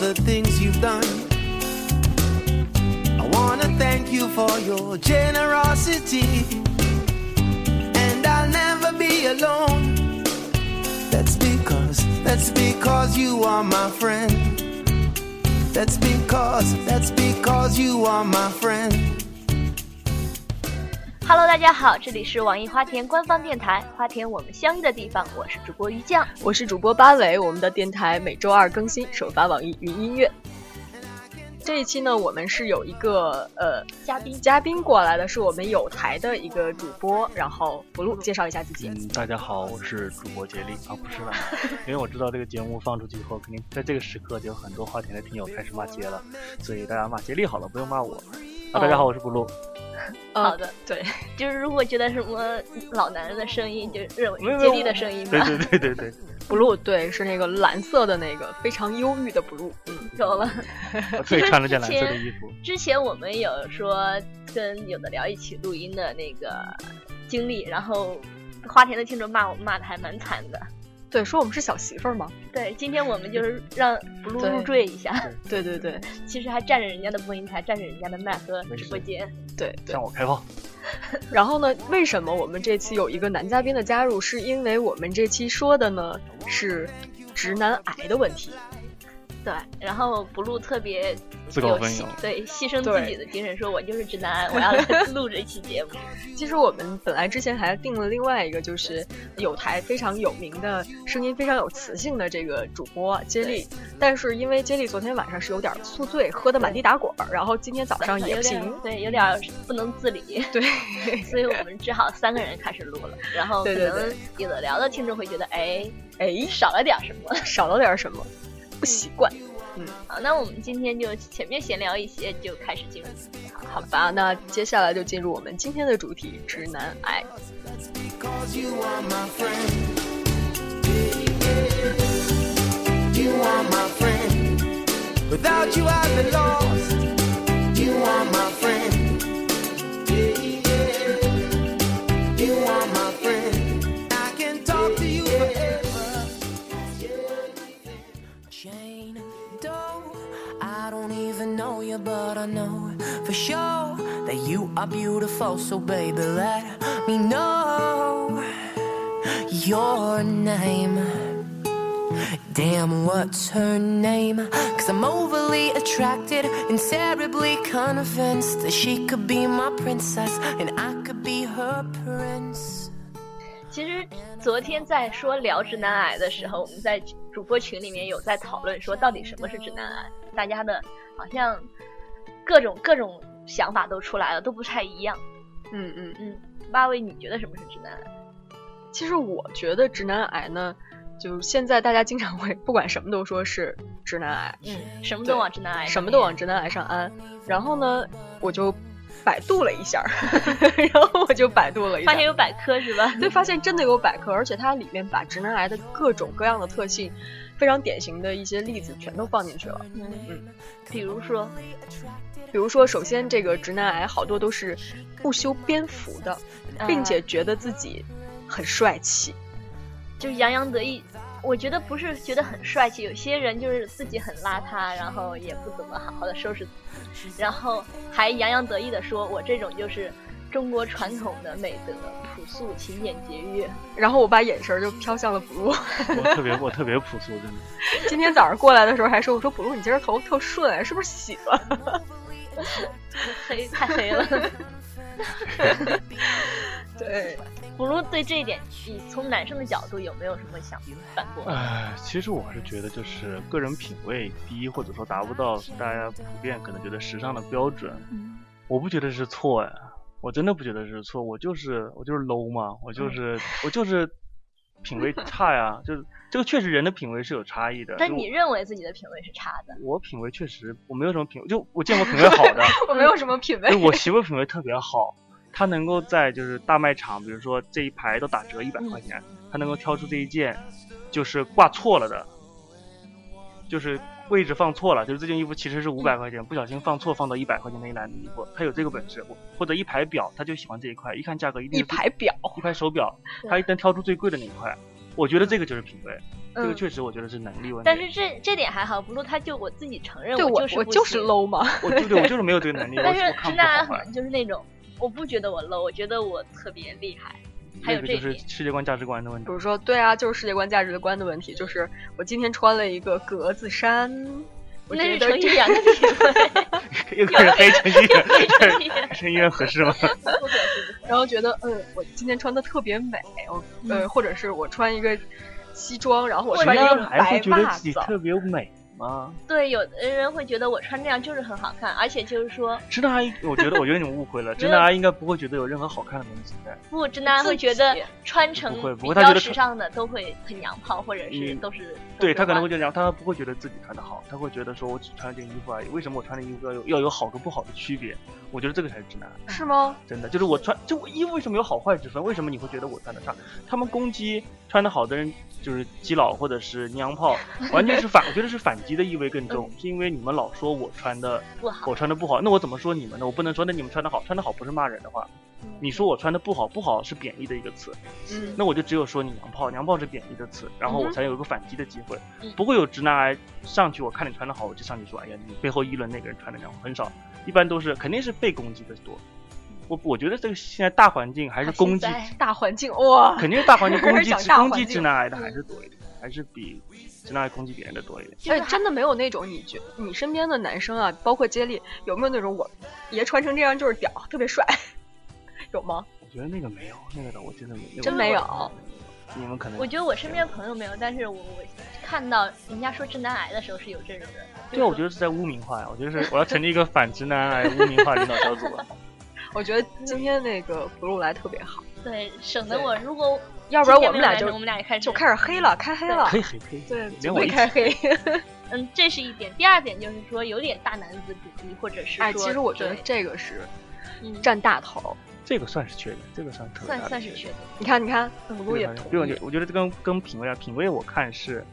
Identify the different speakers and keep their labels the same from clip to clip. Speaker 1: the things you've done. I wanna thank you for your generosity. And I'll never be alone. That's because, that's because you are my friend. That's because, that's because you are my friend.
Speaker 2: Hello，大家好，这里是网易花田官方电台《花田我们相遇的地方》，我是主播于酱。
Speaker 3: 我是主播八尾，我们的电台每周二更新，首发网易云音乐。这一期呢，我们是有一个呃嘉宾嘉宾过来的，是我们有台的一个主播，然后不录介绍一下自己。
Speaker 4: 嗯，大家好，我是主播杰力啊，不是啦，因为我知道这个节目放出去以后，肯定在这个时刻就有很多花田的听友开始骂街了，所以大家骂杰力好了，不用骂我。啊，大家好，我是不露。
Speaker 3: 呃
Speaker 2: 好的，
Speaker 3: 对，
Speaker 2: 就是如果觉得什么老男人的声音，就认为
Speaker 4: 没有
Speaker 2: 是接力的声音
Speaker 4: 对
Speaker 2: 吧。
Speaker 4: 对对对对，
Speaker 3: 不录对是那个蓝色的那个非常忧郁的不录。嗯，
Speaker 2: 有了。
Speaker 4: 我自己穿了件蓝色的衣服。
Speaker 2: 之前我们有说跟有的聊一起录音的那个经历，然后花田的听众骂我们骂的还蛮惨的。
Speaker 3: 对，说我们是小媳妇儿吗？
Speaker 2: 对，今天我们就是让 blue
Speaker 3: 对
Speaker 2: 入赘一下，
Speaker 3: 对对对
Speaker 2: 其实还占着人家的播音台，占着人家的麦和
Speaker 4: 没事
Speaker 2: 直播间。
Speaker 3: 对对
Speaker 4: 向。我开炮！
Speaker 3: 然后呢，为什么我们这期有一个男嘉宾的加入？是因为我们这期说的呢是直男癌的问题。
Speaker 2: 对，然后 blue 特别
Speaker 4: 自告
Speaker 2: 有
Speaker 4: 奋
Speaker 2: 牺
Speaker 4: 勇
Speaker 2: 对，牺牲
Speaker 3: 对
Speaker 2: 自己的精神，说我就是直男癌，我要 来录这期节目。
Speaker 3: 其实我们本来之前还定了另外一个，就是有台非常有名的、声音非常有磁性的这个主播接力，但是因为接力昨天晚上是有点宿醉，喝得满地打滚儿，然后今天早上也
Speaker 2: 有
Speaker 3: 不
Speaker 2: 点
Speaker 3: 行。
Speaker 2: 对，有点儿不能自理，
Speaker 3: 对，
Speaker 2: 所以我们只好三个人开始录了。然后可
Speaker 3: 对对
Speaker 2: 能有的聊的听众会觉得，哎，
Speaker 3: 哎，
Speaker 2: 少了点儿什么。
Speaker 3: 少了点 什么，不习惯。
Speaker 2: 好，那我们今天就前面闲聊一些，就开始进入主题了。
Speaker 3: 好吧，那接下来就进入我们今天的主题——直男癌。
Speaker 1: That's because you are my friend. You are my friend. Without you, I'd be lost. You are my friend. You are my friend. I can talk to you forever. Jane Doe. I don't even know you, but I know for sure that you are beautiful. So, baby, let me know your name. Damn, what's her name? Cause I'm overly attracted and terribly convinced that she could be my princess and I could be her prince.
Speaker 2: 其实昨天在说聊直男癌的时候，我们在主播群里面有在讨论说，到底什么是直男癌，大家的好像各种各种想法都出来了，都不太一样。
Speaker 3: 嗯嗯。
Speaker 2: 嗯，八位，你觉得什么是直男癌？
Speaker 3: 其实我觉得直男癌呢，就现在大家经常会不管什么都说是直男癌，
Speaker 2: 嗯，什么都往直男癌，
Speaker 3: 什么都往。直男癌上安。然后呢，我就百度了一下儿， 然后我就百度了一下
Speaker 2: 发
Speaker 3: 儿，
Speaker 2: 现有百科是吧？
Speaker 3: 对，发现真的有百科，而且它里面把直男癌的各种各样的特性，非常典型的一些例子全都放进去了。
Speaker 2: 嗯，比如说，
Speaker 3: 比如说，首先这个直男癌好多都是不修边幅的，
Speaker 2: 嗯
Speaker 3: 并且觉得自己很帅气。
Speaker 2: 就是洋洋得意。我觉得不是觉得很帅气，有些人就是自己很邋遢，然后也不怎么好好的收拾自己，然后还洋洋得意的说：“我这种就是中国传统的美德，朴素、勤俭节 约。
Speaker 3: 然后我把眼神儿就飘向了不露。
Speaker 4: 我特别我特别朴素，真 的。
Speaker 3: 今天早上过来的时候还说，我说补录你今儿头特顺，是不是洗了？
Speaker 2: 黑”太黑了。
Speaker 3: 对，
Speaker 2: 不如对这一点，你从男生的角度有没有什么想反驳？
Speaker 4: 唉，哎其实我是觉得，就是个人品味低，或者说达不到大家普遍可能觉得时尚的标准，
Speaker 2: 嗯
Speaker 4: 我不觉得是错呀，我真的不觉得是错，我就是我就是 low 嘛，我
Speaker 2: 嗯
Speaker 4: 就是、我就是品味差呀，就是这个确实人的品味是有差异的。就
Speaker 2: 但你认为自己的品味是差的，
Speaker 4: 我品味确实我没有什么品味，就我见过品味好的，
Speaker 3: 我没有什么品味
Speaker 4: 哎
Speaker 2: 嗯
Speaker 4: 就。我媳妇品味特别好，她能够在就是大卖场，比如说这一排都打折一百块钱，
Speaker 2: 嗯
Speaker 4: 她能够挑出这一件就是挂错了的，就是位置放错了，就是这件衣服其实是
Speaker 2: 嗯
Speaker 4: 五百块钱，不小心放错放到一百块钱那一栏的衣服，她有这个本事。我或者一排表，她就喜欢这一块，一看价格一定
Speaker 3: 一
Speaker 4: 是
Speaker 3: 排表，
Speaker 4: 一排手表，她一旦挑出最贵的那一块，我觉得这个就是品味。这个
Speaker 2: 嗯，
Speaker 4: 确实我觉得是能力问题。
Speaker 2: 但是这这点还好，不露他就我自己承认，
Speaker 3: 对
Speaker 2: 我
Speaker 3: 我
Speaker 2: 就是
Speaker 3: 我
Speaker 2: 不
Speaker 3: 就是
Speaker 2: 行
Speaker 3: low 嘛，
Speaker 4: 我就对我就是没有这个 能力，我
Speaker 2: 但
Speaker 4: 我
Speaker 2: 是
Speaker 4: 看
Speaker 2: 陈
Speaker 4: 不
Speaker 2: 达
Speaker 4: 好
Speaker 2: 可
Speaker 4: 坏。
Speaker 2: 能就是那种，我不觉得我 low，我觉得我特别厉害。还有
Speaker 4: 这
Speaker 2: 这
Speaker 4: 个
Speaker 2: 一
Speaker 4: 就
Speaker 2: 点
Speaker 4: 是，世界观价值观的问
Speaker 3: 比
Speaker 4: 题。
Speaker 3: 如说，对啊，就是世界观、价值观的问题。就是我今天穿了一个格子衫，我
Speaker 2: 那是啊
Speaker 3: 觉得
Speaker 2: 程
Speaker 3: 这
Speaker 2: 序员的体会，
Speaker 4: 又开始黑程序员，
Speaker 2: 程序员
Speaker 4: 程序员合适吗？
Speaker 2: 不合适。
Speaker 3: 然后觉得，嗯，我今天穿的特别美，我呃，或者是我穿一个西装，然后我
Speaker 2: 或者
Speaker 3: 穿一个
Speaker 4: 还会
Speaker 3: 白
Speaker 4: 觉得
Speaker 3: 袜
Speaker 4: 自己
Speaker 3: 子，
Speaker 4: 特别美吗？
Speaker 2: 对，有的人会觉得我穿这样就是很好看，而且就是说，
Speaker 4: 真的阿姨，我觉得我觉得你们误会 了，真的阿姨应该不会觉得有任何好看的东西在。
Speaker 2: 不，真的会觉
Speaker 3: 自
Speaker 2: 得
Speaker 3: 己
Speaker 2: 穿成
Speaker 4: 不会不
Speaker 2: 比
Speaker 4: 会他觉
Speaker 2: 较
Speaker 4: 得
Speaker 2: 时
Speaker 4: 穿
Speaker 2: 尚的都会很娘炮，或者是
Speaker 4: 嗯
Speaker 2: 都是
Speaker 4: 对他可能会
Speaker 2: 觉
Speaker 4: 觉得这样，他不会觉得自己穿的好，他会觉得说我只穿了件衣服而已，为什么我穿的衣服要有要有好跟不好的区别？我觉得这个才是直男，
Speaker 3: 是吗？
Speaker 4: 真的就是我穿就我衣服为什么有好坏之分？为什么你会觉得我穿的差？他们攻击穿的好的人就是基佬或者是娘炮，完全是反，我觉得是反击的意味更重，是因为你们老说我穿的
Speaker 2: 不好，
Speaker 4: 我穿的不好，那我怎么说你们呢？我不能说那你们穿的好，穿的好不是骂人的话，
Speaker 2: 嗯
Speaker 4: 你说我穿的不好，不好是贬义的一个词，
Speaker 3: 嗯，
Speaker 4: 那我就只有说你娘炮，娘炮是贬义的词，然后
Speaker 3: 嗯
Speaker 4: 我
Speaker 3: 哼
Speaker 4: 才有一个反击的机会
Speaker 2: 嗯。
Speaker 4: 不会有直男癌上去，我看你穿的好，我就上去说，哎呀，你背后议论那个人穿的娘，很少，一般都是肯定是被攻击的多。我我觉得这个现在大环境还是攻击，
Speaker 2: 好现在
Speaker 3: 大环境哇，
Speaker 4: 肯定是 大环境攻击
Speaker 3: 讲
Speaker 4: 直
Speaker 3: 大
Speaker 4: 攻
Speaker 3: 环
Speaker 4: 击
Speaker 3: 境
Speaker 4: 直男
Speaker 2: 嗯
Speaker 4: 癌的还是多一点，还是比直男癌攻击别人的多一点。
Speaker 3: 哎，真的没有那种你觉你身边的男生啊，包括接力，有没有那种我爷穿成这样就是屌，特别帅， 有吗？
Speaker 4: 我觉得那个没有，那个的我真的没，那个
Speaker 3: 真
Speaker 4: 我
Speaker 3: 没有。
Speaker 4: 你们可能
Speaker 2: 我觉得我身边朋友没有，但是我我看到人家说直男癌的时候是有这种人，
Speaker 4: 对啊，我觉得是在污名化呀！我觉得是我要成立一个反直男癌污名化领导小组 啊了。
Speaker 3: 我觉得今天那个福禄来特别好，
Speaker 2: 对，省得
Speaker 3: 对
Speaker 2: 我如果
Speaker 3: 要不然
Speaker 2: 今天
Speaker 3: 我们
Speaker 2: 没有
Speaker 3: 俩
Speaker 2: 来
Speaker 3: 就
Speaker 2: 成我们俩也开始
Speaker 3: 就开始黑了，开黑了
Speaker 4: 可，以可以可以，
Speaker 3: 对，
Speaker 4: 连
Speaker 3: 就
Speaker 4: 我
Speaker 3: 会
Speaker 4: 一
Speaker 3: 开
Speaker 4: 起。
Speaker 3: 黑。
Speaker 2: 嗯，这是一点。第二点就是说有点大男子主义，或者是说，
Speaker 3: 哎，其实我觉得
Speaker 2: 对
Speaker 3: 这个是
Speaker 2: 嗯，
Speaker 3: 占大头。
Speaker 4: 这个算是缺点，这个算特别大
Speaker 2: 算
Speaker 4: 的
Speaker 2: 算
Speaker 4: 缺
Speaker 2: 是
Speaker 4: 点
Speaker 2: 缺点。
Speaker 3: 你看，你看，福
Speaker 4: 这
Speaker 3: 禄
Speaker 4: 个
Speaker 3: 也
Speaker 4: 算是
Speaker 3: 同
Speaker 4: 对，我觉
Speaker 3: 意
Speaker 4: 得。我觉得这跟跟品味啊，品味我看是，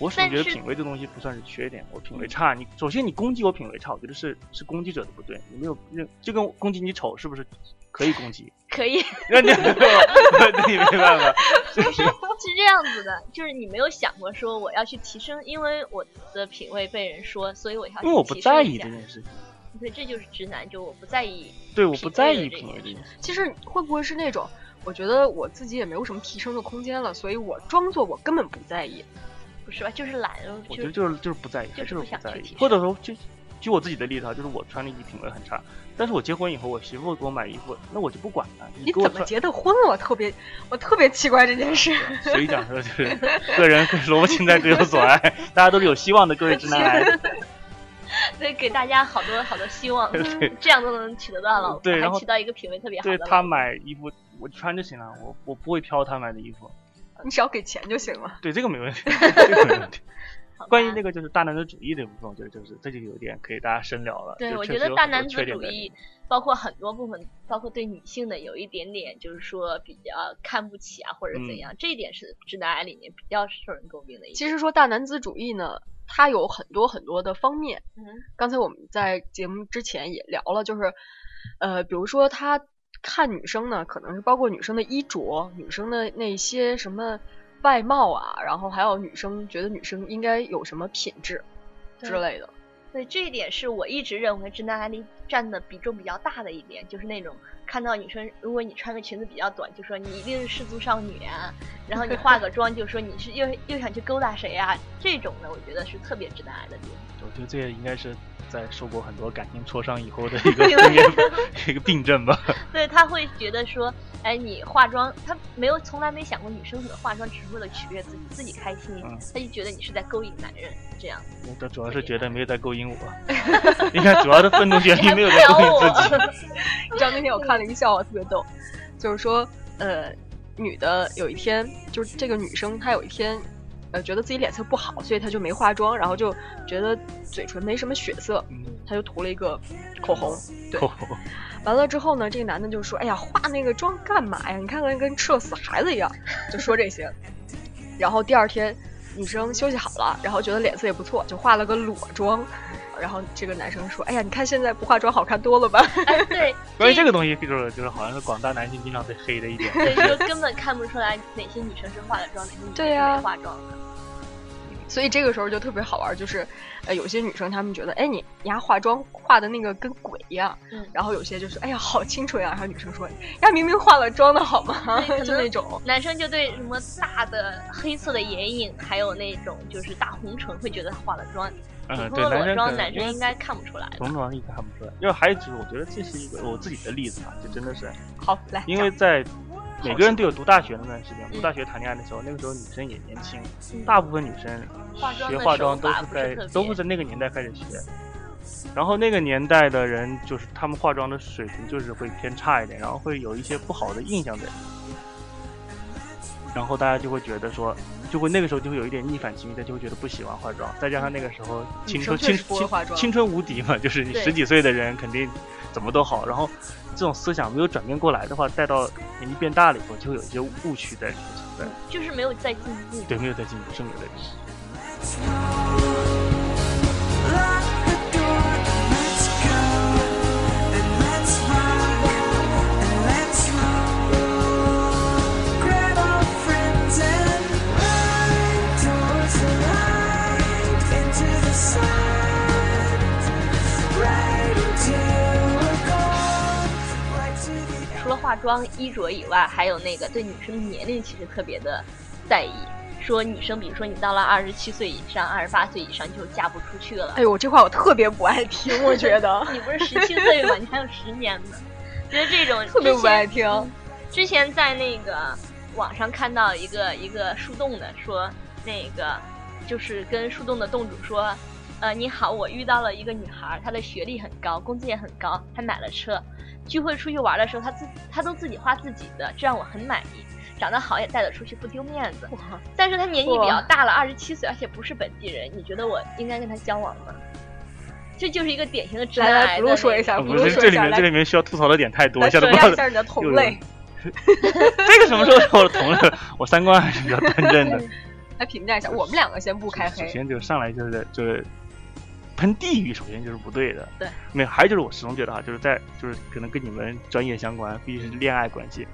Speaker 4: 我始
Speaker 2: 但
Speaker 4: 终觉得
Speaker 2: 是
Speaker 4: 品味这东西不算是缺点。我品味差，你首先你攻击我品味差，我觉得是是攻击者的不对，你没有认就跟攻击你丑是不是可以攻击？
Speaker 2: 可 以
Speaker 4: 那你那你没办法，
Speaker 2: 是这样子的，就是你没有想过说我要去提升，因为我的品味被人说，所以我要去
Speaker 4: 因为我不
Speaker 2: 提升
Speaker 4: 在
Speaker 2: 一
Speaker 4: 意
Speaker 2: 下
Speaker 4: 这件事情，
Speaker 2: 对，这就是直男，就我不在意。
Speaker 4: 对，我
Speaker 2: 品
Speaker 4: 不
Speaker 2: 味的
Speaker 4: 在意
Speaker 2: 这
Speaker 4: 品
Speaker 2: 件
Speaker 4: 味这
Speaker 2: 事
Speaker 4: 件事。
Speaker 3: 其实会不会是那种，我觉得我自己也没有什么提升的空间了，所以我装作我根本不在意。
Speaker 2: 不是吧？就是懒，
Speaker 4: 我
Speaker 2: 就
Speaker 4: 觉得就是就是不在意，
Speaker 2: 就
Speaker 4: 还
Speaker 2: 是
Speaker 4: 是
Speaker 2: 不
Speaker 4: 不
Speaker 2: 想
Speaker 4: 在
Speaker 2: 去
Speaker 4: 意
Speaker 2: 提。
Speaker 4: 或者说，就举我自己的例子啊，就是我穿的衣服品味很差，但是我结婚以后，我媳妇给我买衣服，那我就不管了。你
Speaker 3: 你
Speaker 4: 给我
Speaker 3: 怎么
Speaker 4: 穿，
Speaker 3: 结的婚？我特别，我特别奇怪这件事。
Speaker 4: 所以讲说就是个人萝卜青菜各有所爱， 大家都是有希望的，各位直 男癌。
Speaker 2: 所以给大家好多好多希 望，嗯这样都能娶得到老婆，
Speaker 4: 对然
Speaker 2: 还
Speaker 4: 后
Speaker 2: 娶到一个品味特别好
Speaker 4: 对
Speaker 2: 的
Speaker 4: 他
Speaker 2: 老婆
Speaker 4: 买衣服，我穿就行了，我我不会挑他买的衣服。
Speaker 3: 你只要给钱就行了。
Speaker 4: 对，这个 没问题，这个没问题。
Speaker 2: 好吧
Speaker 4: 关于那个就是大男子主义这部分，我觉得就是这就有点可以大家深聊了。
Speaker 2: 对，
Speaker 4: 就
Speaker 2: 我
Speaker 4: 确
Speaker 2: 觉
Speaker 4: 实
Speaker 2: 得
Speaker 4: 有
Speaker 2: 大
Speaker 4: 很多
Speaker 2: 男子
Speaker 4: 缺点
Speaker 2: 主
Speaker 4: 在里面
Speaker 2: 义包括很多部分，包括对女性的有一点点就是说比较看不起啊，或者怎
Speaker 4: 嗯
Speaker 2: 样，这一点是直男癌里面比较受人诟病的一点。
Speaker 3: 其实说大男子主义呢，它有很多很多的方面。
Speaker 2: 嗯，
Speaker 3: 刚才我们在节目之前也聊了，就是，呃，比如说他看女生呢，可能是包括女生的衣着、女生的那些什么外貌啊，然后还有女生觉得女生应该有什么品质
Speaker 2: 对
Speaker 3: 之类的。
Speaker 2: 对，这一点是我一直认为直男癌里占的比重比较大的一点，就是那种看到女生，如果你穿个裙子比较短，就说你一定是失足少女啊，然后你化个妆，就说你是又又想去勾搭谁啊，这种的我觉得是特别直男癌的地方。
Speaker 4: 我觉得这也应该是在受过很多感情挫伤以后的一个负面 一个病症吧。
Speaker 2: 对他会觉得说，哎，你化妆，他没有从来没想过女生可能化妆只是为了取悦自己，自己开心，
Speaker 4: 嗯
Speaker 2: 他就觉得你是在勾引男人这样。
Speaker 4: 他主要是觉得没有在勾引我， 应该主要的愤怒原因没有在勾引自 己。
Speaker 3: 你知道那天我看了一个笑话，特别逗，就是说，呃，女的有一天，就是这个女生她有一天，呃，觉得自己脸色不好，所以她就没化妆，然后就觉得嘴唇没什么血色，
Speaker 4: 嗯
Speaker 3: 她就涂了一个口红。对
Speaker 4: 哦，
Speaker 3: 完了之后呢，这个男的就说：“哎呀，化那个妆干嘛呀？你看看跟吃了死孩子一样。”就说这些。 然后第二天，女生休息好了，然后觉得脸色也不错，就化了个裸妆。然后这个男生说：“哎呀，你看现在不化妆好看多了吧
Speaker 2: 哎，对，
Speaker 4: 关于这个东西，就是就是好像是广大男性经常被黑的一点。
Speaker 2: 对，就根本看不出来哪些女生是化了妆，哪些女生
Speaker 3: 对
Speaker 2: 是
Speaker 3: 呀
Speaker 2: 没化妆的。？”
Speaker 3: 所以这个时候就特别好玩，就是，呃，有些女生她们觉得，哎，你你丫化妆化的那个跟鬼一样，
Speaker 2: 嗯
Speaker 3: 然后有些就是，哎呀，好清纯呀、然后女生说，哎呀，明明化了妆的好吗？
Speaker 2: 对可能
Speaker 3: 就那种，
Speaker 2: 男生就对什么大的黑色的眼影，还有那种就是大红唇，会觉得化了妆。
Speaker 4: 嗯，
Speaker 2: 普
Speaker 4: 对，
Speaker 2: 通的裸
Speaker 4: 男生可
Speaker 2: 妆，
Speaker 4: 能
Speaker 2: 男
Speaker 4: 因
Speaker 2: 生
Speaker 4: 为
Speaker 2: 应该看不出来吧。
Speaker 4: 从妆一看不出来。因为还有就是，我觉得这是一个我自己的例子啊，就真的是，
Speaker 3: 好来，
Speaker 4: 因
Speaker 3: 讲
Speaker 4: 为在每个人都有读大学那段时间，
Speaker 2: 嗯
Speaker 4: 读大学谈恋爱的时候，那个时候女生也年轻，
Speaker 2: 嗯
Speaker 4: 大部分女生
Speaker 2: 化妆
Speaker 4: 学
Speaker 2: 的
Speaker 4: 化
Speaker 2: 手
Speaker 4: 妆都
Speaker 2: 法
Speaker 4: 是
Speaker 2: 不是
Speaker 4: 在
Speaker 2: 特别
Speaker 4: 都是在那个年代开始学，然后那个年代的人就是他们化妆的水平就是会偏差一点，然后会有一些不好的印象在，然后大家就会觉得说，就会那个时候就会有一点逆反情绪，就会觉得不喜欢化妆，再加上那个时候青春
Speaker 3: 女生确
Speaker 4: 青
Speaker 3: 实不会
Speaker 4: 青
Speaker 3: 化妆
Speaker 4: 青春无敌 嘛，就是你
Speaker 2: 对
Speaker 4: 十几岁的人肯定怎么都好，然后这种思想没有转变过来的话，带到年纪变大了以后，就会有一些误区在里面存在。
Speaker 2: 就是没有再进步。
Speaker 4: 嗯对，没有在进步，是没有在进步。
Speaker 1: Lock the door, let's go, and let's rock, and let's roll. Grab our friends and ride towards the light, into the sun, right until we're gone, right to the end.
Speaker 2: 除了化妆、衣着以外，还有那个对女生的年龄其实特别的在意。说女生，比如说你到了二十七岁以上、二十八岁以上就嫁不出去了。
Speaker 3: 哎呦，我这话我特别不爱听，我觉得
Speaker 2: 你不是十七岁吗？你还有十年呢。觉得 这嗯种
Speaker 3: 特别
Speaker 2: 之
Speaker 3: 不爱
Speaker 2: 前
Speaker 3: 听。
Speaker 2: 之前在那个网上看到一个一个树洞的说，那个就是跟树洞的洞主说，呃，你好，我遇到了一个女孩，她的学历很高，工资也很高，还买了车。聚会出去玩的时候，她自她都自己花自己的，这让我很满意。长得好也带得出去，不丢面子。但是她年纪比较大了，二十七岁，而且不是本地人，你觉得我应该跟她交往吗？这就是一个典型的直
Speaker 3: 来
Speaker 2: 男
Speaker 3: 来，
Speaker 2: 癌
Speaker 3: 不
Speaker 2: 的
Speaker 3: 录说
Speaker 2: 那
Speaker 3: 一
Speaker 2: 个
Speaker 3: 下，不
Speaker 4: 我
Speaker 3: 录
Speaker 4: 啊这
Speaker 3: 说
Speaker 4: 这
Speaker 3: 一
Speaker 4: 里
Speaker 3: 下，
Speaker 4: 面这
Speaker 3: 来
Speaker 4: 里面需要吐槽的点 太多，
Speaker 3: 来
Speaker 4: 吓得
Speaker 3: 说
Speaker 4: 不
Speaker 3: 一
Speaker 4: 知道
Speaker 3: 下你的同
Speaker 4: 又有
Speaker 3: 类，
Speaker 4: 这个什么时候是我的同类？我三观还是比较端正
Speaker 2: 嗯
Speaker 4: 的。
Speaker 3: 来评价一下。我们两个先不开
Speaker 4: 首
Speaker 3: 黑，
Speaker 4: 先就上来就是就是喷地域，首先就是不对的。
Speaker 2: 对，
Speaker 4: 没有，还有就是我始终觉得哈，就是在就是可能跟你们专业相关，毕竟是恋爱关系。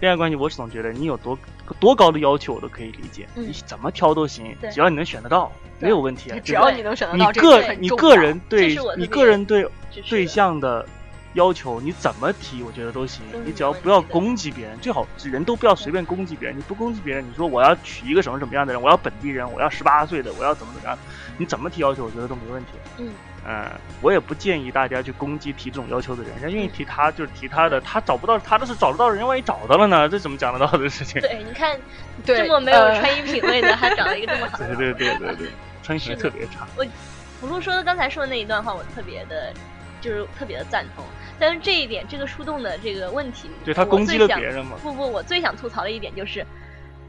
Speaker 4: 恋爱关系，我始终觉得你有多多高的要求，我都可以理解，
Speaker 2: 嗯
Speaker 4: 你怎么挑都行
Speaker 2: 对，
Speaker 4: 只要你能选得到，没有问题啊。
Speaker 3: 只
Speaker 4: 对不
Speaker 3: 要
Speaker 4: 对
Speaker 3: 你能选得
Speaker 4: 你
Speaker 3: 到这
Speaker 4: 个
Speaker 3: 个，
Speaker 4: 你个人
Speaker 2: 这
Speaker 4: 对
Speaker 2: 是我的
Speaker 4: 你
Speaker 2: 理
Speaker 4: 个
Speaker 2: 解
Speaker 4: 人对
Speaker 2: 只是
Speaker 4: 对象的要求，你怎么提，我觉得都行
Speaker 2: 都。是
Speaker 4: 你
Speaker 2: 没
Speaker 4: 只要
Speaker 2: 问
Speaker 4: 不要
Speaker 2: 题的
Speaker 4: 攻击别人，最好人都不要随便攻击别人。你不攻击别人，你说我要娶一个什么什么样的人，我要本地人，我要十八岁的，我要怎么怎么样的，你怎么提要求，我觉得都没问题。
Speaker 2: 嗯。
Speaker 4: 呃，我也不建议大家去攻击提这种要求的人，人家愿意提他就是提他的，他找不到他的是找不到的人，万一找到了呢？这怎么讲得到的事情？
Speaker 2: 对，你看
Speaker 3: 对
Speaker 2: 这么没有
Speaker 3: 呃
Speaker 2: 穿衣品味 的，还找了一个这么好。
Speaker 4: 对对对对对，穿衣特别差。
Speaker 2: 福禄说的刚才说的那一段话，我特别的，就是特别的赞同。但是这一点，这个树洞的这个问题，
Speaker 4: 对他
Speaker 2: 我
Speaker 4: 攻
Speaker 2: 最
Speaker 4: 击了
Speaker 2: 想
Speaker 4: 别人嘛
Speaker 2: 不不，我最想吐槽的一点就是，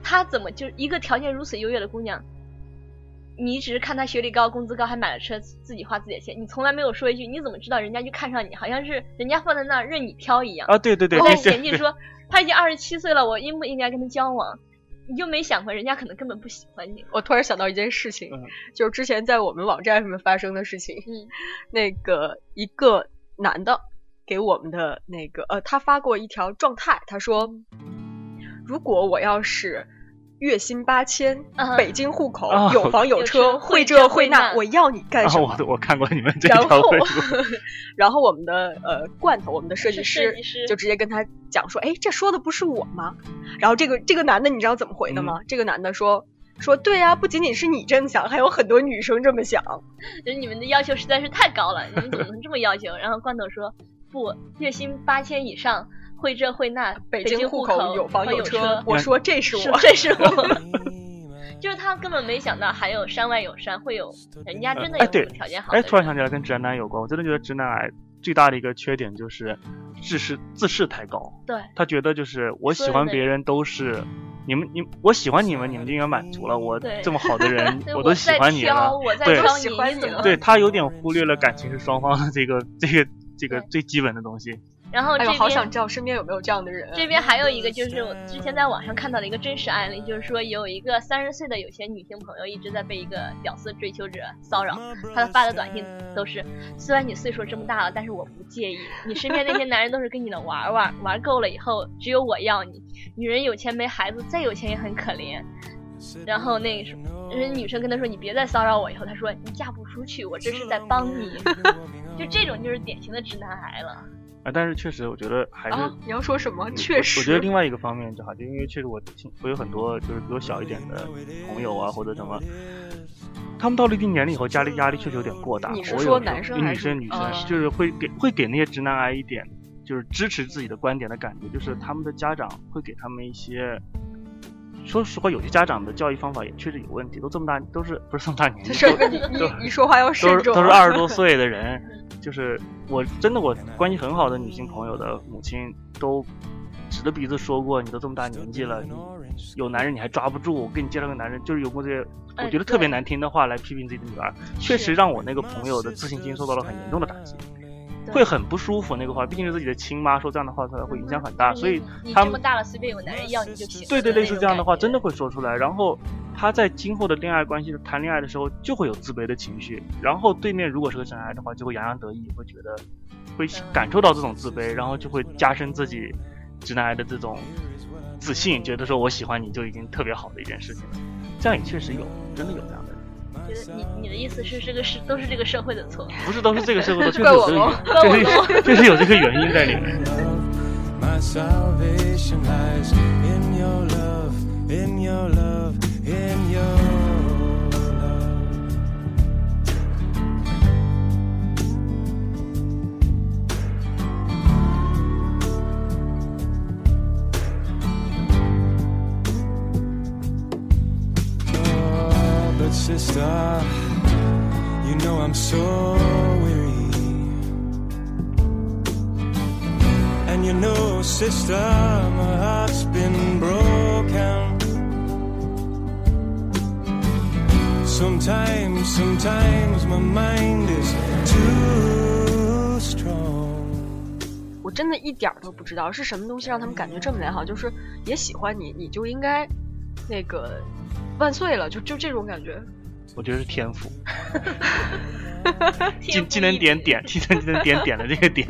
Speaker 2: 他怎么就是一个条件如此优越的姑娘，你只是看她学历高、工资高，还买了车，自己花自己的钱，你从来没有说一句你怎么知道人家就看上你，好像是人家放在那儿任你挑一样。
Speaker 4: 啊，对对对，
Speaker 2: 然后
Speaker 4: 对对
Speaker 2: 前进说他已经二十七岁了，我应不应该跟他交往？你就没想过人家可能根本不喜欢你。
Speaker 3: 我突然想到一件事情，
Speaker 4: 嗯
Speaker 3: 就是之前在我们网站上面发生的事情。
Speaker 2: 嗯，
Speaker 3: 那个一个男的给我们的那个呃，他发过一条状态，他说：“
Speaker 2: 嗯
Speaker 3: 如果我要是月薪八千、
Speaker 2: 嗯
Speaker 3: 北京户口、
Speaker 4: 啊
Speaker 3: 有房有
Speaker 2: 有
Speaker 3: 车，
Speaker 2: 车
Speaker 3: 会
Speaker 2: 会
Speaker 3: 这
Speaker 2: 这
Speaker 3: 会
Speaker 2: 会
Speaker 3: 那，
Speaker 2: 那
Speaker 3: 我要你干
Speaker 4: 然
Speaker 3: 什
Speaker 4: 后
Speaker 3: 么
Speaker 4: 我？”我看过你们这
Speaker 3: 然
Speaker 4: 条
Speaker 3: 后
Speaker 4: 回 复。，
Speaker 3: 然后我们的呃罐头，我们的设
Speaker 2: 是
Speaker 3: 计师
Speaker 2: 设计师
Speaker 3: 就直接跟他讲说：“哎，这说的不是我吗？”然后这个这个男的，你知道怎么回的
Speaker 4: 嗯
Speaker 3: 吗？这个男的说：“说对呀、不仅仅是你这么想，还有很多女生这么想。
Speaker 2: 就是你们的要求实在是太高了，你们怎么能这么要求？ 然后罐头说不，月薪八千以上，会这会那，北
Speaker 3: 京
Speaker 2: 户
Speaker 3: 口
Speaker 2: 有
Speaker 3: 房
Speaker 2: 有
Speaker 3: 车，我说这是
Speaker 2: 是
Speaker 3: 我，
Speaker 2: 这 是我。就是他根本没想到还有山外有山，会有人家真的
Speaker 4: 哎
Speaker 2: 有
Speaker 4: 对
Speaker 2: 条件好的
Speaker 4: 哎，
Speaker 2: 人。
Speaker 4: 突然想起来跟直男癌有关，我真的觉得直男癌最大的一个缺点就是自视自视太高。
Speaker 2: 对，
Speaker 4: 他觉得就是我喜
Speaker 2: 所有
Speaker 4: 欢
Speaker 2: 的人
Speaker 4: 别人都是你们你我喜欢你们，你们就应该满足了。我
Speaker 2: 对
Speaker 4: 这么好的人
Speaker 2: 对，
Speaker 4: 我都喜欢你了。
Speaker 2: 我在
Speaker 4: 对
Speaker 2: 挑，我在
Speaker 3: 喜
Speaker 2: 挑
Speaker 3: 欢
Speaker 2: 你，你怎
Speaker 3: 你
Speaker 2: 么
Speaker 3: 了？
Speaker 4: 对他有点忽略了感情是双方的这个这个这个
Speaker 2: 对
Speaker 4: 最基本的东西。
Speaker 2: 然后
Speaker 3: 哎
Speaker 2: 这
Speaker 3: 呦，
Speaker 2: 边
Speaker 3: 好想知道身边有没有这样的人。啊
Speaker 2: 这边还有一个就是我之前在网上看到的一个真实案例，就是说有一个三十岁的有些女性朋友一直在被一个屌丝追求者骚扰，她发的短信都是：虽然你岁数这么大了，但是我不介意。你身边那些男人都是跟你的玩玩，玩够了以后只有我要你。女人有钱没孩子，再有钱也很可怜。然后那个什么人女生跟他说你别再骚扰我，以后他说你嫁不出去，我这是在帮你，就这种就是典型的直男癌了。
Speaker 4: 啊，但是确实我觉得还是
Speaker 3: 啊，你要说什么？
Speaker 4: 嗯
Speaker 3: 确
Speaker 4: 我
Speaker 3: 实，
Speaker 4: 我觉得另外一个方面就好，就因为确实我亲我有很多就是比我小一点的朋友啊，或者什么，他们到了一定年龄以后，家里压力确实有点过大。
Speaker 3: 你是
Speaker 4: 我
Speaker 3: 说
Speaker 4: 有时候
Speaker 3: 男生
Speaker 4: 嗯
Speaker 3: 还
Speaker 4: 女
Speaker 3: 是
Speaker 4: 生女生、
Speaker 3: 啊
Speaker 4: 就是会给会给那些直男癌一点就是支持自己的观点的感觉，就是他们的家长会给他们一些。说实话，有些家长的教育方法也确实有问题，都这么大，都是不是这么大年纪，
Speaker 3: 这事
Speaker 4: 都
Speaker 3: 儿你
Speaker 4: 都
Speaker 3: 你你说话要
Speaker 4: 都
Speaker 3: 慎
Speaker 4: 是
Speaker 3: 重。啊
Speaker 4: 都是二 十多岁的 人，就是我真的我关系很好的女性朋友的母亲都指着鼻子说过，你都这么大年纪了，你有男人你还抓不住，我给你介绍个男人，就是有过这些
Speaker 2: 哎
Speaker 4: 我觉得特别难听的话来批评自己的女儿，确实让我那个朋友的自信心受到了很严重的打击，
Speaker 2: 对
Speaker 4: 会很不舒服那个话，毕竟是自己的亲妈说这样的话出来会影响很大，
Speaker 2: 你
Speaker 4: 所以
Speaker 2: 你
Speaker 4: 他
Speaker 2: 这么
Speaker 4: 们
Speaker 2: 大了，随便有个男人要你就行了。
Speaker 4: 对对，类似这样的话，真
Speaker 2: 的
Speaker 4: 的会说出来。然后他在今后的恋爱关系谈恋爱的时候，就会有自卑的情绪。然后对面如果是个真爱的话，就会洋洋得意，会觉得会感受到这种自卑，然后就会加深自己直男癌的这种自信，觉得说我喜欢你就已经特别好的一件事情了。这样也确实有，真的有这样的人，
Speaker 2: 感觉，觉得你你的意思是这个是都是这个社会的错。
Speaker 4: 不是都是这个社会的，确实
Speaker 3: 怪
Speaker 4: 有
Speaker 3: 我
Speaker 4: 这
Speaker 3: 喽
Speaker 4: 个原，确 实确实有这个原因在里面。
Speaker 5: love. My salvation lies in your love, in your love, in your love. Oh, but sister, you know I'm so weary. And you know, sister, my heart's been broken. Sometimes, sometimes my mind is too strong.
Speaker 3: 我真的一点儿都不知道是什么东西让他们感觉这么良好，就是也喜欢你，你就应该那个万岁了，就就这种感觉。
Speaker 4: 我觉得是天赋，技
Speaker 2: 天赋
Speaker 4: 技能
Speaker 2: 异
Speaker 4: 点
Speaker 2: 禀
Speaker 4: 点，技能技能点点的这个点。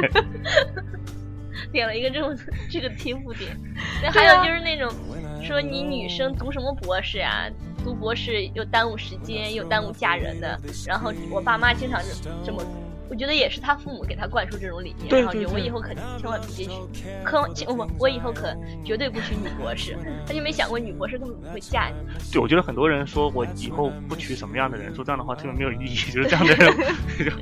Speaker 2: 点了一个这种这个天赋点。那
Speaker 3: 对
Speaker 2: 还
Speaker 3: 啊
Speaker 2: 有就是那种
Speaker 5: When I
Speaker 2: 说你女生读什么博士呀、读博士又耽误时间，又耽误嫁人的。然后我爸妈经常是这么。我觉得也是他父母给他灌输这种理念，
Speaker 4: 对
Speaker 2: 然后
Speaker 4: 对
Speaker 2: 觉得我
Speaker 4: 对
Speaker 2: 以后可千万不允许，可我我以后可绝对不娶女博士。他就没想过女博士根本不会嫁你。
Speaker 4: 对，我觉得很多人说我以后不娶什么样的人，说这样的话特别没有意义，就是这样的人。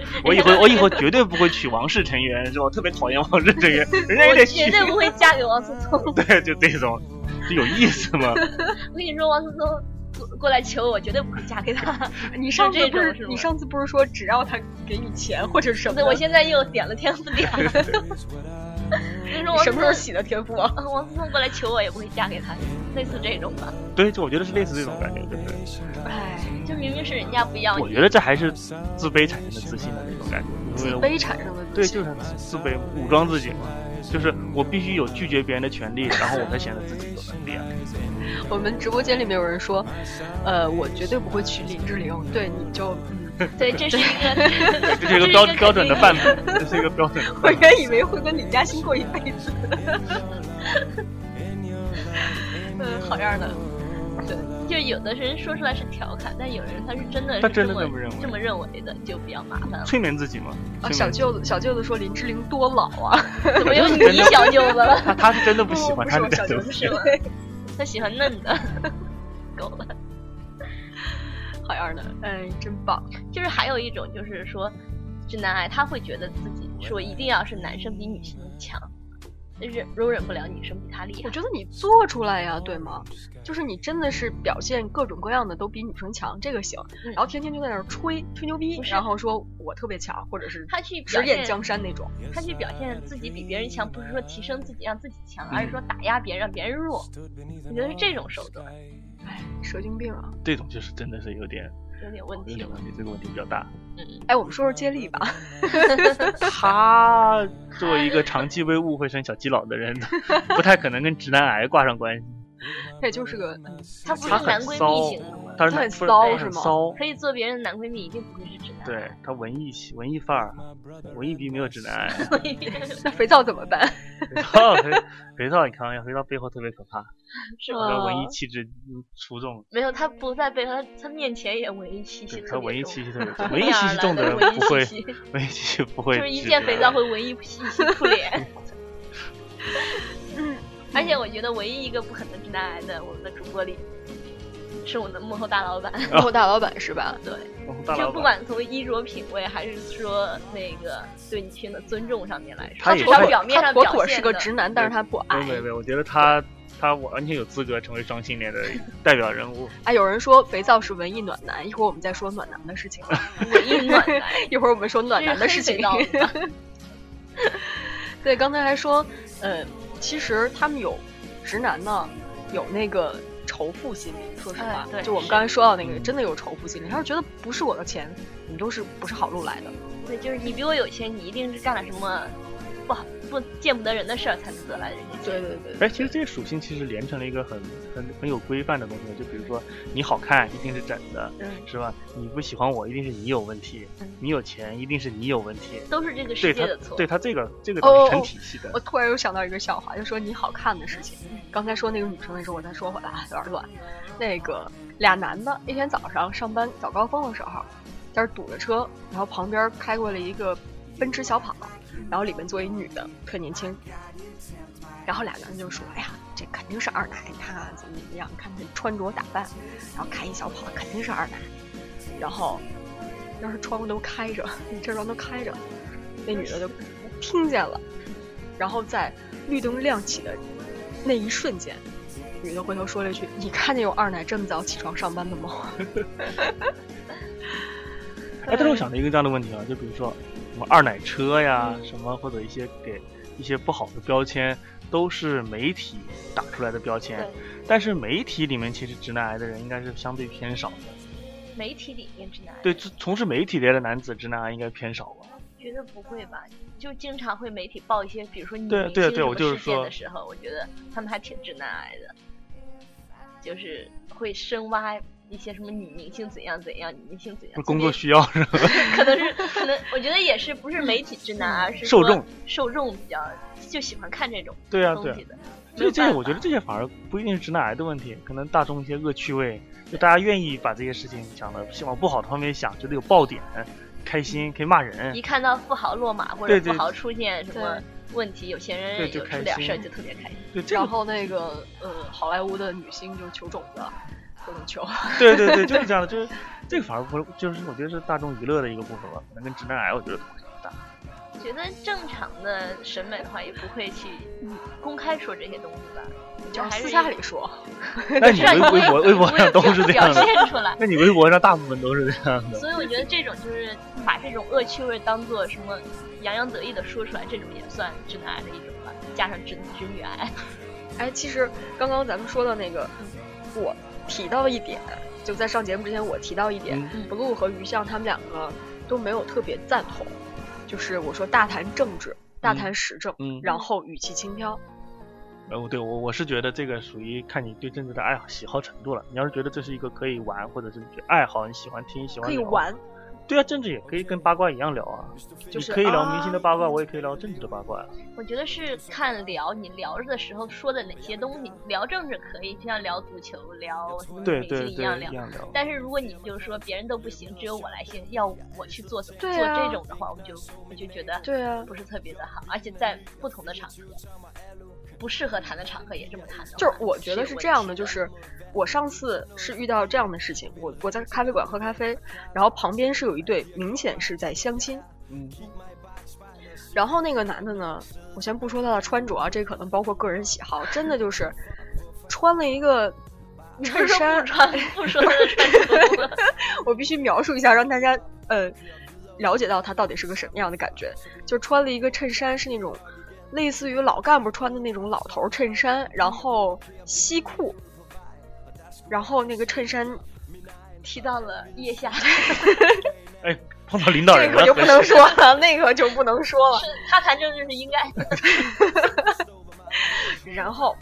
Speaker 4: 我以后我以后绝对不会娶王室成员，是吧？我特别讨厌王室成员，人家也
Speaker 2: 我
Speaker 4: 得
Speaker 2: 绝
Speaker 4: 娶，
Speaker 2: 对不会嫁给王思聪。
Speaker 4: 对，就这种，就有意思吗？
Speaker 2: 我跟你说，王思聪过过来求我，绝对不会嫁给他。
Speaker 3: 你上次
Speaker 2: 这
Speaker 3: 不
Speaker 2: 种是
Speaker 3: 是
Speaker 2: 吗
Speaker 3: 你上次不是说只要他给你钱或者什么
Speaker 2: 对，
Speaker 3: 的？
Speaker 2: 我现在又点了天赋点了。
Speaker 5: is what I
Speaker 2: 就是
Speaker 3: 你
Speaker 2: 王
Speaker 3: 什
Speaker 2: 思
Speaker 3: 么时
Speaker 2: 聪
Speaker 3: 候洗的天赋啊？
Speaker 2: 啊，王思聪过来求我也不会嫁给他，类似这种吧。
Speaker 4: 对，就我觉得是类似这种感觉，对不对？
Speaker 3: 哎，
Speaker 2: 就明明是人家不要
Speaker 4: 我
Speaker 2: 你，
Speaker 4: 觉得这还是自卑产生的自信的那种感觉，
Speaker 3: 自
Speaker 4: 因为
Speaker 3: 卑产生的自
Speaker 4: 对，
Speaker 3: 信
Speaker 4: 就是很自卑，武装自己嘛，就是我必须有拒绝别人的权利，然后我才显得自己有能力啊。
Speaker 3: 我们直播间里面有人说，呃，我绝对不会娶林志玲，对，你就 嗯
Speaker 2: 对，这是一个，
Speaker 4: 这是一个标标准的范本，这是一个标准的
Speaker 3: 我
Speaker 4: 范本。
Speaker 3: 原以为会跟李嘉欣过一辈子。 嗯，好样的。
Speaker 2: 就有的人说出来是调侃，但有人他是真的是
Speaker 4: 他真的
Speaker 2: 这
Speaker 4: 这么认为
Speaker 2: 这么认为的，就比较麻烦了。
Speaker 4: 催眠自己嘛，
Speaker 3: 啊，
Speaker 4: 催
Speaker 3: 小
Speaker 4: 眠
Speaker 3: 舅子，小舅子说林志玲多老啊！
Speaker 2: 怎么又
Speaker 4: 真的
Speaker 2: 你小舅子了？
Speaker 4: 他他是真的不
Speaker 2: 哦
Speaker 4: 喜
Speaker 3: 不
Speaker 4: 欢，
Speaker 3: 不是
Speaker 4: 他是
Speaker 3: 我小
Speaker 4: 真
Speaker 3: 舅
Speaker 4: 的
Speaker 3: 子，
Speaker 4: 不
Speaker 2: 他
Speaker 3: 是吗？
Speaker 4: 喜欢
Speaker 2: 喜欢嫩的， 够了。
Speaker 3: 好样的，哎，真棒！
Speaker 2: 就是还有一种就是说，直男癌他会觉得自己说一定要是男生比女性强，忍容忍不了女生比他厉
Speaker 3: 嗯我
Speaker 2: 害。
Speaker 3: 觉得你做出来呀，对吗？就是你真的是表现各种各样的都比女生强，这个行。
Speaker 2: 嗯
Speaker 3: 然后天天就在那儿吹吹牛逼
Speaker 2: 不，是
Speaker 3: 然后说我特别强，或者是
Speaker 2: 他去表
Speaker 3: 指点
Speaker 2: 现
Speaker 3: 江山那种。
Speaker 2: 他去表现自己比别人强，不是说提升自己让自己强，而是说
Speaker 4: 嗯
Speaker 2: 打压别人让别人弱。我觉得是这种手段
Speaker 3: 哎，蛇精病啊！
Speaker 4: 这种就是真的是有点
Speaker 2: 有点问
Speaker 4: 有
Speaker 2: 题
Speaker 4: 点
Speaker 2: 了
Speaker 4: 问。题，这个问题比较大。
Speaker 3: 哎，我们说说接力吧。
Speaker 4: 他作为一个长期被误会成小基佬的人，不太可能跟直男癌挂上关系。
Speaker 3: 他也就是个，嗯
Speaker 2: 他不是
Speaker 4: 他很
Speaker 2: 男闺
Speaker 4: 骚
Speaker 2: 蜜型的吗？，
Speaker 4: 他是
Speaker 3: 他很
Speaker 4: 男不是
Speaker 3: 骚
Speaker 4: 他
Speaker 3: 是
Speaker 4: 很
Speaker 3: 吗
Speaker 4: 骚，
Speaker 2: 可以做别人的男闺蜜，一定不会是直男。
Speaker 4: 对他文艺系文艺范儿，文艺逼没有直男癌。
Speaker 2: 对，
Speaker 3: 那肥皂怎么办？
Speaker 4: 肥皂，肥肥皂，你开玩笑，肥皂背后特别可怕，
Speaker 2: 是
Speaker 4: 我
Speaker 2: 吧？
Speaker 4: 的
Speaker 3: 哦
Speaker 4: 文艺气质嗯出众，
Speaker 2: 没有，他不在背后，他他面前也文艺气息
Speaker 4: 对，
Speaker 2: 特别
Speaker 4: 他
Speaker 2: 重。
Speaker 4: 文艺气息特别 重，
Speaker 2: 哪
Speaker 4: 文艺气
Speaker 2: 儿来
Speaker 4: 息重的
Speaker 2: 的文
Speaker 4: 人
Speaker 2: 艺
Speaker 4: 不会
Speaker 2: 气息，
Speaker 4: 文艺气息不会，
Speaker 2: 就是一见肥皂。会文艺气息扑 脸。嗯而且我觉得唯一一个不可能直男癌的，我们的主播里，是我们的幕后大老板。
Speaker 4: 啊
Speaker 3: 幕后大老板是吧？
Speaker 2: 对，
Speaker 4: 哦大
Speaker 2: 就
Speaker 4: 老
Speaker 2: 不
Speaker 4: 板，
Speaker 2: 管从衣着品味，还是说那个对女性的尊重上面来说，
Speaker 4: 他也
Speaker 2: 至
Speaker 4: 是
Speaker 2: 少表面
Speaker 3: 他
Speaker 2: 上
Speaker 3: 妥
Speaker 2: 表
Speaker 3: 妥是
Speaker 2: 现
Speaker 3: 个
Speaker 2: 的
Speaker 3: 直男，但是他不
Speaker 4: 没有
Speaker 3: 矮
Speaker 4: 没。有没有，我觉得他他完全有资格成为双性恋的代表人物。
Speaker 3: 哎，有人说肥皂是文艺暖男，一会儿我们再说暖男的事情。
Speaker 2: 文艺暖男，
Speaker 3: 一会儿我们说暖男的事情。
Speaker 2: 这是黑肥 皂
Speaker 3: 对，刚才还说，呃，其实他们有直男呢，有那个仇富心理。说实话，
Speaker 2: 哎对
Speaker 3: 就我们刚才说到那个，真的有仇富心理，他是觉得不是我的钱，你都是不是好路来的。
Speaker 2: 对，就是你比我有钱，你一定是干了什么不好不见不得人的事儿才能得来人家钱。
Speaker 3: 对对对，
Speaker 4: 哎，其实这个属性其实连成了一个很很很有规范的东西，就比如说你好看一定是真的，
Speaker 2: 嗯
Speaker 4: 是吧？你不喜欢我一定是你有问题
Speaker 2: 嗯，
Speaker 4: 你有钱一定是你有问题。
Speaker 2: 都是这个
Speaker 4: 对
Speaker 2: 世界
Speaker 4: 他
Speaker 2: 的错。，
Speaker 4: 对他这个这个
Speaker 3: 哦
Speaker 4: 倒
Speaker 3: 哦
Speaker 4: 是成
Speaker 3: 哦
Speaker 4: 体系的
Speaker 3: 我，突然又想到一个笑话，就说你好看的事情。刚才说那个女生的时候，我再说回来啊，有点乱。那个俩男的，一天早上上班早高峰的时候，在这儿堵着车，然后旁边开过来一个奔驰小跑，然后里面坐一女的，特年轻。然后俩男的就说：“哎呀，这肯定是二奶，你看看怎么怎么样，你看这穿着打扮，然后开一小跑，肯定是二奶。”然后要是窗户都开着， 车窗都开着，那女的就听见了。然后在绿灯亮起的那一瞬间，女的回头说了一句：“你看见有二奶这么早起床上班的吗
Speaker 4: 哎，但是我想了一个这样的问题啊，就比如说什么二奶车呀，
Speaker 2: 嗯
Speaker 4: 什么或者一些给一些不好的标签，都是媒体打出来的标签
Speaker 2: 对。
Speaker 4: 但是媒体里面其实直男癌的人应该是相对偏少的。
Speaker 2: 媒体里面直男癌
Speaker 4: 对，从从事媒体类的男子，直男癌应该偏少吧？
Speaker 2: 觉得不会吧？就经常会媒体报一些，比如说女
Speaker 4: 对
Speaker 2: 明
Speaker 4: 对
Speaker 2: 星
Speaker 4: 对我
Speaker 2: 什么
Speaker 4: 就是
Speaker 2: 事件
Speaker 4: 说
Speaker 2: 的时候，我觉得他们还挺直男癌的，就是会深挖一些什么女明星怎样怎样，女明星怎样怎样。
Speaker 4: 不是工作需要是吧？
Speaker 2: 可能是可能，我觉得也是不是媒体直男，而是
Speaker 4: 受
Speaker 2: 说
Speaker 4: 众
Speaker 2: 受众比较就喜欢看这种
Speaker 4: 对啊，对
Speaker 2: 东
Speaker 4: 啊
Speaker 2: 西。的。没有
Speaker 4: 这这些
Speaker 2: 办
Speaker 4: 我觉
Speaker 2: 法
Speaker 4: 得这些反而不一定是直男癌的问题，可能大众一些恶趣味，就大家愿意把这些事情想的往不好的方面想，觉得有爆点，开心可以骂人
Speaker 2: 一。看到富豪落马或
Speaker 4: 对
Speaker 2: 者
Speaker 4: 对
Speaker 2: 富豪出现什么问题，有钱人
Speaker 4: 对就
Speaker 2: 有
Speaker 4: 开
Speaker 2: 出点
Speaker 4: 心
Speaker 2: 事儿就特别开心。
Speaker 4: 对，？”这
Speaker 3: 然
Speaker 4: 个
Speaker 3: 后那个呃，好莱坞的女星就求种子，各种求。
Speaker 4: 对对 对，就是这样的，就是这个反而不就是我觉得是大众娱乐的一个部分吧，可能跟直男癌我觉得关系 不大。
Speaker 2: 觉得正常的审美的话，也不会去
Speaker 3: 嗯
Speaker 2: 公开说这些东西吧。我觉
Speaker 3: 就
Speaker 2: 得
Speaker 3: 是
Speaker 2: 还是
Speaker 3: 私下里说，
Speaker 4: 那你微微博微博上都是这样
Speaker 2: 表
Speaker 4: 的，
Speaker 2: 现出来。
Speaker 4: 那你微博上大部分都是这样 的。
Speaker 2: 所以我觉得这种就是
Speaker 3: 嗯
Speaker 2: 把这种恶趣味当做什么洋洋得意的说出来，这种也算直男癌的一种吧，加上直直女癌。
Speaker 3: 哎，其实刚刚咱们说到那个，我提到一点，就在上节目之前我提到一点，
Speaker 2: 嗯
Speaker 3: 不露和于向他们两个都没有特别赞同，就是我说大谈政治，大谈时政，
Speaker 4: 嗯
Speaker 3: 然后语气轻佻。
Speaker 4: 呃，我对我我是觉得这个属于看你对政治的爱好喜好程度了。你要是觉得这是一个可以玩，或者是你爱好，你喜欢听，喜欢
Speaker 3: 可以
Speaker 4: 聊
Speaker 3: 玩，
Speaker 4: 对啊，政治也可以跟八卦一样聊啊，
Speaker 3: 就是
Speaker 4: 你可以聊
Speaker 3: 啊
Speaker 4: 明星的八卦，我也可以聊政治的八卦啊。
Speaker 2: 我觉得是看聊你聊着的时候说的哪些东西，聊政治可以，就像聊足球、聊什么
Speaker 4: 对
Speaker 2: 女
Speaker 4: 对
Speaker 2: 性一
Speaker 4: 对，一
Speaker 2: 样
Speaker 4: 样
Speaker 2: 聊。
Speaker 4: 聊。
Speaker 2: 但是如果你就是说别人都不行，只有我来行，要我去做、做
Speaker 3: 对啊
Speaker 2: 这种的话，我就我就觉得
Speaker 3: 对啊，
Speaker 2: 不是特别的好，而且在不同的场合，不适合谈的场合也这么谈的话。
Speaker 3: 就是我觉得
Speaker 2: 有
Speaker 3: 是
Speaker 2: 问
Speaker 3: 这样
Speaker 2: 题
Speaker 3: 的，就是我上次是遇到这样的事情，我我在咖啡馆喝咖啡，然后旁边是有一对明显是在相亲，
Speaker 4: 嗯，
Speaker 3: 然后那个男的呢，我先不说他的穿着啊，这可能包括个人喜好，真的就是穿了一个衬衫
Speaker 2: 不， 穿不说他的穿 着
Speaker 3: 我必须描述一下，让大家呃了解到他到底是个什么样的感觉。就穿了一个衬衫，是那种类似于老干部穿的那种老头儿衬衫，然后西裤，然后那个衬衫
Speaker 2: 提到了腋下，
Speaker 4: 哎，碰到领导
Speaker 3: 这
Speaker 4: 人
Speaker 3: 个
Speaker 4: 了，
Speaker 3: 就不能说了， 那个就不能说了。
Speaker 2: 他谈政治是应 该的。
Speaker 3: 然后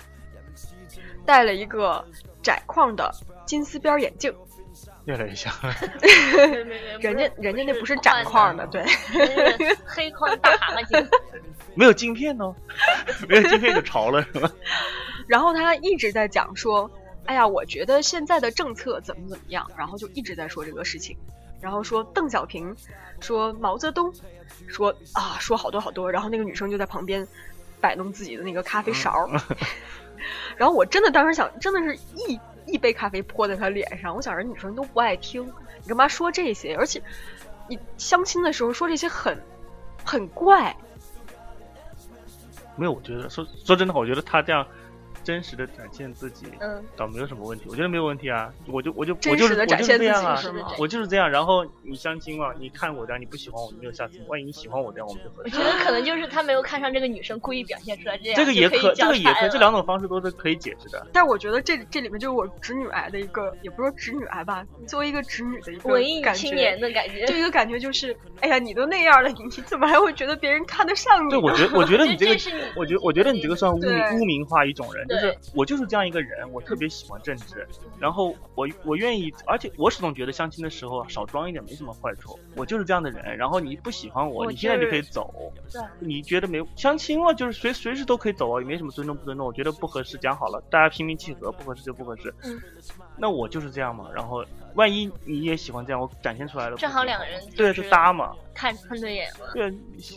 Speaker 3: 戴了一个窄框的金丝边眼镜，
Speaker 4: 越来越像。
Speaker 2: 没没没
Speaker 3: 人家人家那不是展框的，，对，
Speaker 2: 不是宽的那是黑框大蛤蟆精。
Speaker 4: 没有镜片呢， 没有镜片就潮了，是吧？
Speaker 3: 然后他一直在讲说，哎呀，我觉得现在的政策怎么怎么样，然后就一直在说这个事情，然后说邓小平，说毛泽东，说啊，说好多好多，然后那个女生就在旁边摆弄自己的那个咖啡勺儿， 然后我真的当时想，真的是一一杯咖啡泼在他脸上，我想人女生都不爱听，你干嘛说这些？而且你相亲的时候说这些很很怪，
Speaker 4: 没有，我觉得说说真的话，我觉得他这样真实的展现自己，
Speaker 2: 嗯，
Speaker 4: 倒没有什么问题，我觉得没有问题啊。我就我就我
Speaker 3: 真
Speaker 4: 就
Speaker 3: 实
Speaker 4: 是
Speaker 3: 的
Speaker 4: 我
Speaker 3: 展
Speaker 4: 就是
Speaker 3: 现
Speaker 4: 这
Speaker 3: 自
Speaker 4: 样
Speaker 3: 己
Speaker 4: 啊
Speaker 3: 是，吗？
Speaker 4: 我就是这样。然后你相亲嘛，你看我这样，啊你不喜欢我，你没有下次。万一你喜欢我这样，我们就分
Speaker 2: 我
Speaker 4: 手。
Speaker 2: 觉得可能就是他没有看上这个女生，故意表现出来这样。
Speaker 4: 这个也
Speaker 2: 就
Speaker 4: 可，
Speaker 2: 以
Speaker 4: 这个也可，
Speaker 2: 以，
Speaker 4: 这两种方式都是可以解释的。
Speaker 3: 但我觉得这这里面就是我直女癌的一个，也不是说直女癌吧，作为一个直女的一个
Speaker 2: 文艺
Speaker 3: 感
Speaker 2: 青
Speaker 3: 觉
Speaker 2: 年的感觉。
Speaker 3: 就一个感觉就是，哎呀，你都那样了，你你怎么还会觉得别人看得上你 呢？
Speaker 4: 对，我觉得，我觉得你
Speaker 2: 这
Speaker 4: 这个
Speaker 2: 是你，
Speaker 4: 我觉得，我觉得你这个算污
Speaker 3: 对
Speaker 4: 名污名化一种人，就
Speaker 2: 对
Speaker 4: 是我就是这样一个人，我特别喜欢政治，然后我我愿意，而且我始终觉得相亲的时候啊少装一点没什么坏处，我就是这样的人，然后你不喜欢我，
Speaker 2: 我
Speaker 4: 你现在
Speaker 2: 就
Speaker 4: 就可以
Speaker 2: 是
Speaker 4: 走，
Speaker 2: 对
Speaker 4: 你觉得没相亲嘛，就是随随时都可以走啊，也没什么尊重不尊重，我觉得不合适讲好了，大家平平契合，不合适就不合适，
Speaker 2: 嗯
Speaker 4: 那我就是这样嘛，然后万一你也喜欢这样，我展现出来了，
Speaker 2: 正好两个人
Speaker 4: 对
Speaker 2: 就是
Speaker 4: 是搭嘛，
Speaker 2: 看看对眼了。
Speaker 4: 对，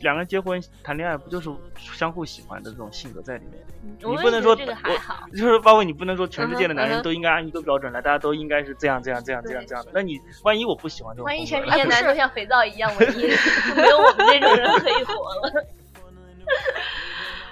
Speaker 4: 两个人结婚谈恋爱不就是相互喜欢的这种性格在里面？
Speaker 2: 我
Speaker 4: 不
Speaker 2: 也
Speaker 4: 能
Speaker 2: 觉
Speaker 4: 说
Speaker 2: 得这个
Speaker 4: 我
Speaker 2: 还好，
Speaker 4: 就是包括你不能说全世界的
Speaker 3: 嗯
Speaker 4: 男
Speaker 3: 哼嗯
Speaker 4: 人
Speaker 3: 哼
Speaker 4: 都应该按一个标准来，大家都应该是这样这样这样这样这样的。那你万一我啊不喜欢这种
Speaker 2: 万一
Speaker 4: 风
Speaker 2: 全
Speaker 4: 格
Speaker 2: 世
Speaker 4: 呢，
Speaker 2: 界男都像肥皂一样文艺，就没有我们这种人可以活了。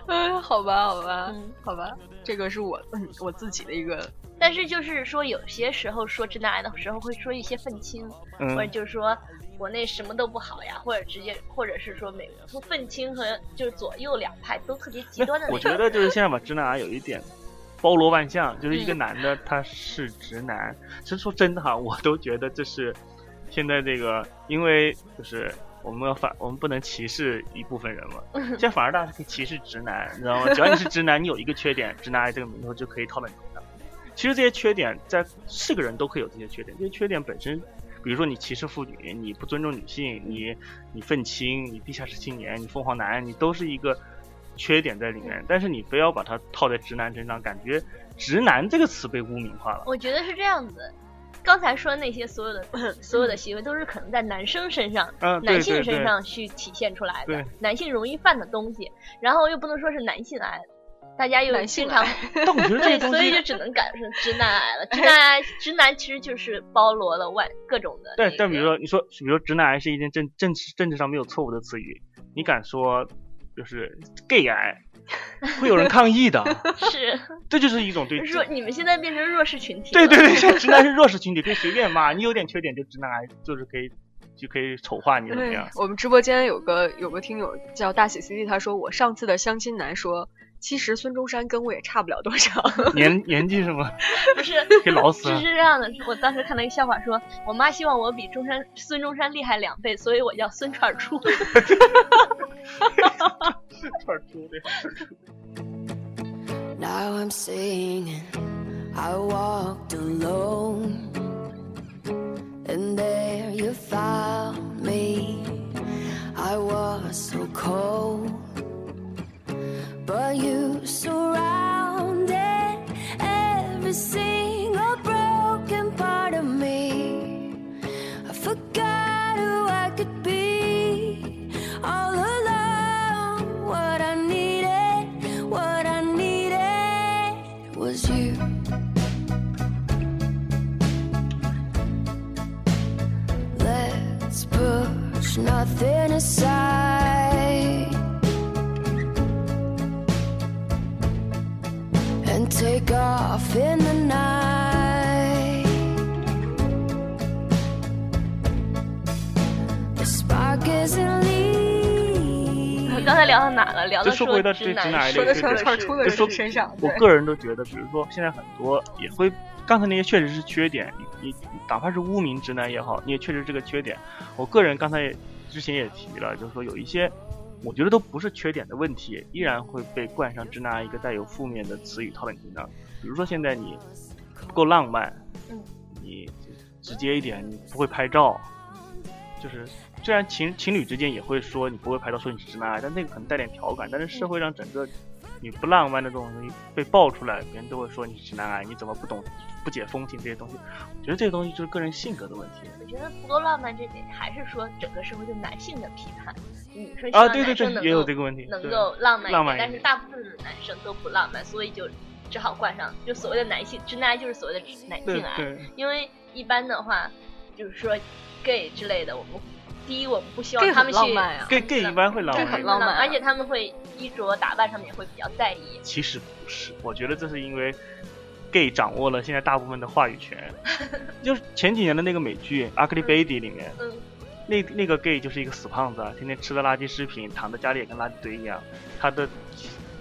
Speaker 3: 嗯，好吧，好吧，
Speaker 2: 嗯
Speaker 3: 好吧，这个是我嗯我自己的一个，
Speaker 2: 但是就是说，有些时候说直男癌的时候会说一些愤青，或者
Speaker 4: 嗯，
Speaker 2: 就是说国内什么都不好呀，或者直接，或者是说美国愤青和就是左右两派都特别极端的
Speaker 4: 那
Speaker 2: 那
Speaker 4: 我
Speaker 2: 种
Speaker 4: 觉。得就是现在吧，直男癌有一点包罗万象，就是一个
Speaker 2: 嗯
Speaker 4: 男的他是直男，其实说真的哈，我都觉得这是现在这个，因为就是。我们要反，我们不能歧视一部分人 嘛。现在反而大家可以歧视直男，你知道吗？只要你是直男，你有一个缺点，直男癌这个名头就可以套到你头上。其实这些缺点在是个人都可以有这些缺点，这些缺点本身，比如说你歧视妇女，你不尊重女性，你你愤青，你地下室青年，你凤凰男，你都是一个缺点在里面。但是你非要把它套在直男身上，感觉直男这个词被污名化了。
Speaker 2: 我觉得是这样子。刚才说的那些所有的所有的行为，都是可能在男生身上、
Speaker 4: 嗯，对
Speaker 2: 男
Speaker 4: 对
Speaker 2: 性身
Speaker 4: 对，
Speaker 2: 上去体现出来的
Speaker 4: 对，
Speaker 2: 男性容易犯的东西，然后又不能说是男性癌，大家又
Speaker 3: 男性
Speaker 2: 经常
Speaker 4: 但我觉得这
Speaker 2: 对
Speaker 4: 个，东
Speaker 2: 所以就
Speaker 4: 西，
Speaker 2: 只能改成直男癌了。 直男癌，直男其实就是包罗了万各种的那
Speaker 4: 但
Speaker 2: 个。
Speaker 4: 但比如说，你说，比如说直男癌是一件政政治政治上没有错误的词语，你敢说就是 gay 癌，会有人抗议的，
Speaker 2: 是，
Speaker 4: 这就是一种对
Speaker 2: 就是
Speaker 4: 直
Speaker 2: 说你们现在变成弱势群体
Speaker 4: 对
Speaker 2: 了。
Speaker 4: 对对，现在直男是弱势群体，可以随便骂，你有点缺点就直男癌，就是可以就可以丑化你怎么样？
Speaker 3: 我们直播间有个有个听友叫大喜 CD，他说我上次的相亲男说，其实孙中山跟我也差不了多少，
Speaker 4: 年年纪是吗？
Speaker 2: 不 是，
Speaker 4: 可以老死
Speaker 2: 是
Speaker 4: 啊。
Speaker 2: 是这样的，我当时看到一个笑话说，我妈希望我比中山孙中山厉害两倍，所以 我叫孙串儿出。
Speaker 4: 串猪对
Speaker 1: Now I'm singing, I walked alone. And there you found me. I was so cold. But you surrounded every single broken part of me. I forgot who I could be. All alone, what I needed, what I needed was you. Let's push nothing aside and take off in the night. The spark isn't leaving.
Speaker 2: 刚才聊到哪了？聊到
Speaker 4: 就说回到
Speaker 2: 直
Speaker 4: 对直男
Speaker 2: 男
Speaker 4: 癌
Speaker 2: 说
Speaker 3: 说
Speaker 4: 这
Speaker 3: 的是个
Speaker 4: 个事情
Speaker 3: 串儿出的
Speaker 4: 就说
Speaker 3: 人身上，
Speaker 4: 我
Speaker 3: 对
Speaker 4: 个人都觉得，比如说现在很多也会，刚才那些确实是缺点，你你哪怕是污名直男也好，你也确实这个缺点。我个人刚才也之前也提了，就是说有一些。我觉得都不是缺点的问题，依然会被冠上直男癌一个带有负面的词语套在你身上。比如说现在你不够浪漫，
Speaker 2: 嗯
Speaker 4: 你直接一点，你不会拍照，就是虽然情情侣之间也会说你不会拍照，说你是直男癌，但那个可能带点调侃，但是社会上整个你不浪漫的这种东西被爆出来，别人都会说你是直男癌，你怎么不懂不解风情这些东西？我觉得这些东西就是个人性格的问题
Speaker 2: 我觉得不够浪漫这点，还是说整个社会对男性的批判。女生希
Speaker 4: 啊，
Speaker 2: 望
Speaker 4: 对对
Speaker 2: 男
Speaker 4: 对
Speaker 2: 生，能
Speaker 4: 也有这
Speaker 2: 够
Speaker 4: 个问题，
Speaker 2: 能
Speaker 4: 对
Speaker 2: 够浪漫一
Speaker 4: 浪
Speaker 2: 点，
Speaker 4: 漫一
Speaker 2: 但是
Speaker 4: 点
Speaker 2: 大部分的男生都不浪漫，所以就只好冠上就所谓的男性直男癌，就是所谓的直男
Speaker 4: 对
Speaker 2: 性癌。
Speaker 4: 对
Speaker 2: 因为一般的话，就是说 gay 之类的，我们第一我们不希望
Speaker 3: gay
Speaker 2: 他们
Speaker 3: 很
Speaker 2: 去
Speaker 3: 浪漫啊
Speaker 4: ，gay gay 一般会浪
Speaker 3: 这
Speaker 4: 漫
Speaker 3: 很
Speaker 2: 很
Speaker 4: 一点，
Speaker 2: 浪
Speaker 3: 浪漫啊
Speaker 2: 而且他们会衣着打扮上面会比较在意。
Speaker 4: 其实不是，我觉得这是因为 gay 掌握了现在大部分的话语 权，就是前几年的那个美剧《Ugly Baby》里面，
Speaker 2: 嗯，
Speaker 4: 那那个 gay 就是一个死胖子，啊，天天吃的垃圾食品，躺在家里也跟垃圾堆一样。他的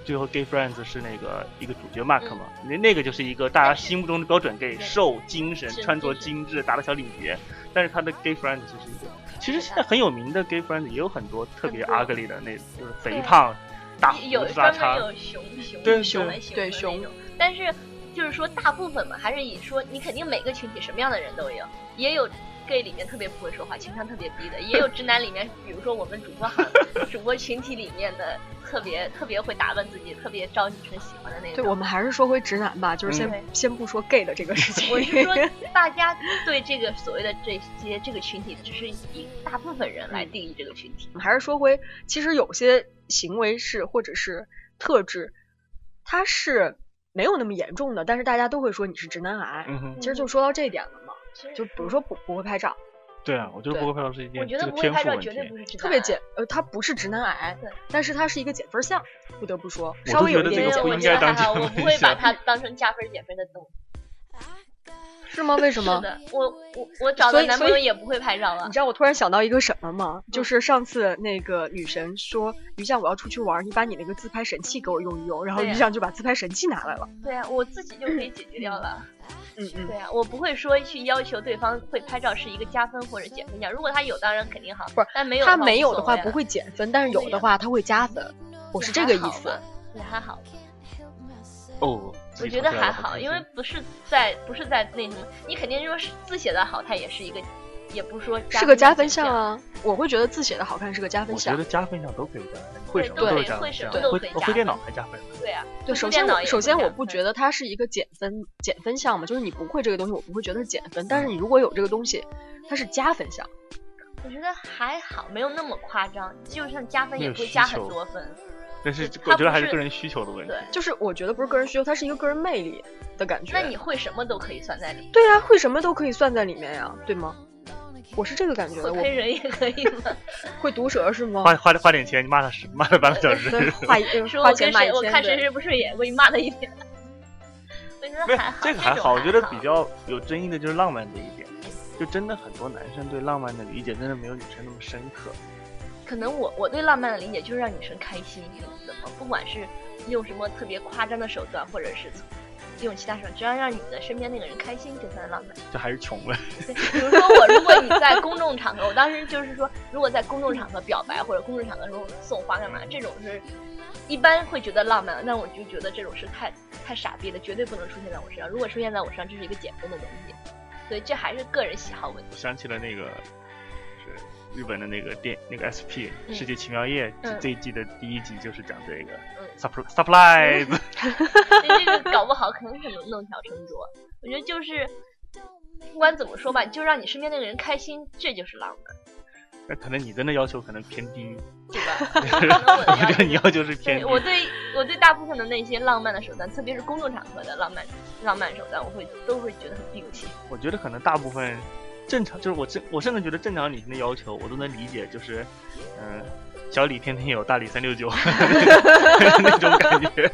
Speaker 4: 最后 gay friends 是那个一个主角 Mark 嘛，那、那个就是一个大家心目中的标准 gay，
Speaker 2: 嗯对
Speaker 4: 瘦、精神、
Speaker 2: 是
Speaker 4: 穿着
Speaker 2: 精
Speaker 4: 精致、打着小领结。但是他的 gay friends 就是一个，其实现在很有名的 gay friends 也有很多特别
Speaker 2: 很多
Speaker 4: ugly 的，那就是肥
Speaker 2: 对
Speaker 4: 胖、大胡
Speaker 2: 有
Speaker 4: 子啊拉
Speaker 2: 专门有
Speaker 4: 碴。
Speaker 2: 熊熊
Speaker 4: 对
Speaker 2: 熊来
Speaker 4: 熊
Speaker 2: 形
Speaker 3: 对
Speaker 2: 容
Speaker 3: 熊
Speaker 2: 那种，但是就是说大部分嘛，还是以说你肯定每个群体什么样的人都有，也有 gay 里面特别不会说话、情商特别低的，也有直男里面，比如说我们主播行主播群体里面的特别特别会打扮自己、特别招女生喜欢的那种。
Speaker 3: 对，我们还是说回直男吧，就是先、
Speaker 2: 嗯对
Speaker 3: 先不说 gay 的这个事情。
Speaker 2: 我是说， 大家对这个所谓的这些这个群体，只是以大部分人来定义这个群体。
Speaker 3: 我们还是说回，其实有些行为是或者是特质，它是没有那么严重的，但是大家都会说你是直男癌。
Speaker 4: 嗯哼，
Speaker 3: 其实就说到这一点了嘛，
Speaker 2: 其实
Speaker 3: 就比如说不不会拍照，
Speaker 4: 对啊，我觉得
Speaker 3: 对
Speaker 4: 不会拍照是一
Speaker 2: 我
Speaker 4: 件
Speaker 2: 觉得
Speaker 4: 这个
Speaker 2: 不会
Speaker 4: 天
Speaker 2: 拍
Speaker 4: 赋
Speaker 2: 照
Speaker 4: 问
Speaker 2: 绝
Speaker 4: 题。
Speaker 2: 对不是直男，啊
Speaker 3: 特别减，呃，它不是直男癌
Speaker 2: 对，
Speaker 3: 但是它是一个减分项，不得不说，
Speaker 4: 我
Speaker 3: 稍
Speaker 4: 都
Speaker 3: 微
Speaker 4: 觉
Speaker 3: 有一
Speaker 4: 得
Speaker 2: 因
Speaker 4: 这
Speaker 3: 点
Speaker 4: 个
Speaker 2: 为
Speaker 3: 点
Speaker 4: 不
Speaker 2: 我
Speaker 3: 减分
Speaker 4: 应
Speaker 2: 觉
Speaker 4: 该
Speaker 2: 得
Speaker 3: 项，
Speaker 4: 当
Speaker 2: 还好，
Speaker 4: 成
Speaker 2: 我不
Speaker 4: 一
Speaker 2: 会把
Speaker 4: 项
Speaker 2: 它当成加分减分的东西。
Speaker 3: 是吗？为
Speaker 2: 是
Speaker 3: 什么？
Speaker 2: 的，我我我找
Speaker 3: 所
Speaker 2: 的
Speaker 3: 以
Speaker 2: 男朋
Speaker 3: 所以
Speaker 2: 友也不会拍照啊
Speaker 3: 你。知道我突然想到一个什么吗？就是上次那个女神说于酱我要出去玩，你把你那个自拍神器给我用一用，然后
Speaker 2: 对呀
Speaker 3: 于酱就把自拍神器拿来了。
Speaker 2: 对啊，我自己就可以解决掉了。
Speaker 3: 嗯嗯
Speaker 2: 对，啊，我不会说去要求对方会拍照是一个加分或者减分项。如果他有，当然肯定好。
Speaker 3: 不是
Speaker 2: 但没有
Speaker 3: 他没有的话
Speaker 2: 无所谓啊
Speaker 3: 不，会减分，但是有的话他会加分，我是这个意思。
Speaker 2: 也还好。
Speaker 4: 哦，自
Speaker 2: 我
Speaker 4: 己
Speaker 2: 觉
Speaker 4: 吵
Speaker 2: 得
Speaker 4: 起来
Speaker 2: 还
Speaker 4: 了好
Speaker 2: 好，
Speaker 4: 开
Speaker 2: 因
Speaker 4: 心
Speaker 2: 为不是在不是在那什么，你肯定说是字写的好，它也是一个，也不是说
Speaker 3: 是个加分
Speaker 2: 项
Speaker 3: 项。啊，我会觉得字写的好看是个加分
Speaker 4: 我觉
Speaker 3: 项
Speaker 4: 得。加分项都可以加分，会
Speaker 2: 对
Speaker 4: 什
Speaker 2: 都
Speaker 4: 么都
Speaker 2: 可
Speaker 4: 是
Speaker 2: 以
Speaker 4: 加
Speaker 2: 会
Speaker 4: 分
Speaker 2: 什
Speaker 4: 项，
Speaker 2: 么都可以
Speaker 4: 会我
Speaker 2: 加
Speaker 4: 会电
Speaker 2: 分
Speaker 4: 脑还加分。
Speaker 2: 对啊，
Speaker 3: 对，
Speaker 2: 就是
Speaker 3: 首
Speaker 2: 电
Speaker 3: 先
Speaker 2: 脑
Speaker 3: 我
Speaker 2: 也
Speaker 3: 首先
Speaker 2: 会
Speaker 3: 我
Speaker 2: 加
Speaker 3: 不
Speaker 2: 分
Speaker 3: 觉得它是一个减分减分项嘛，就是你不会这个东西，我不会觉得是减分。但是你如果有这个东西，它是加分项。
Speaker 2: 我觉得还好，没有那么夸张，就算加分也
Speaker 4: 没有
Speaker 2: 不会
Speaker 4: 需
Speaker 2: 加很
Speaker 4: 求
Speaker 2: 多分。
Speaker 4: 但是
Speaker 2: 它
Speaker 4: 我觉
Speaker 2: 不
Speaker 4: 得还是
Speaker 2: 是
Speaker 4: 个人需求的问题
Speaker 2: 对。，
Speaker 3: 就是我觉得不是个人需求，它是一个个人魅力的感觉。
Speaker 2: 那你会什么都可以算在里面，
Speaker 3: 对呀、会什么都可以算在里面呀、对吗？我是这个感觉的，
Speaker 2: 会
Speaker 3: 我
Speaker 2: 喷人也可以 吗？
Speaker 3: 会毒舌是吗？
Speaker 4: 花花花点钱，你骂他十骂他半个小 时。
Speaker 3: 对，花呃
Speaker 2: 说
Speaker 3: 花
Speaker 2: 我
Speaker 3: 钱
Speaker 2: 跟
Speaker 3: 买
Speaker 2: 谁，我
Speaker 3: 一
Speaker 2: 看
Speaker 3: 千
Speaker 2: 谁
Speaker 3: 对。
Speaker 2: 是不是也我给你骂他一 遍。我觉
Speaker 4: 不
Speaker 2: 得
Speaker 4: 是
Speaker 2: 还好，
Speaker 4: 这个还
Speaker 2: 种
Speaker 4: 好，我觉得
Speaker 2: 还
Speaker 4: 比
Speaker 2: 好
Speaker 4: 较有争议的就是浪漫这一点，就真的很多男生对浪漫的理解真的没有女生那么深刻。
Speaker 2: 可能我我对浪漫的理解就是让女生开心，怎么不管是用什么特别夸张的手段，或者是用其他手段，只要让你的身边那个人开心，就算浪漫。
Speaker 4: 这还是穷呗，
Speaker 2: 对比如说我，如果你在公众场合，我当时就是说，如果在公众场合表白或者公众场合中送花干嘛，这种是一般会觉得浪漫，但我就觉得这种是太太傻逼了，绝对不能出现在我身上。如果出现在我身上，这是一个减分的东西。所以这还是个人喜好问
Speaker 4: 我
Speaker 2: 题。
Speaker 4: 想起了那个，就是日本的那个电那个 SP《
Speaker 2: 嗯
Speaker 4: 世界奇妙夜》
Speaker 2: 嗯
Speaker 4: 这一季的第一集就是讲这个
Speaker 2: 嗯
Speaker 4: surprise surprise，
Speaker 2: 所以这个搞不好可能很弄巧成拙。我觉得就是不管怎么说吧，就让你身边那个人开心，这就是浪漫，
Speaker 4: 那可能你真的要求可能偏低，
Speaker 2: 对 吧？能我的要
Speaker 4: 我觉
Speaker 2: 求
Speaker 4: 得你要求是
Speaker 2: 对
Speaker 4: 偏低。
Speaker 2: 我对我对大部分的那些浪漫的手段，特别是公众场合的浪漫浪漫手段，我会都会觉得很摒弃。
Speaker 4: 我觉得可能大部分正常，就是我正我甚至觉得正常女性的要求我都能理解，就是嗯、小李天天有，大李三六九 那种感觉。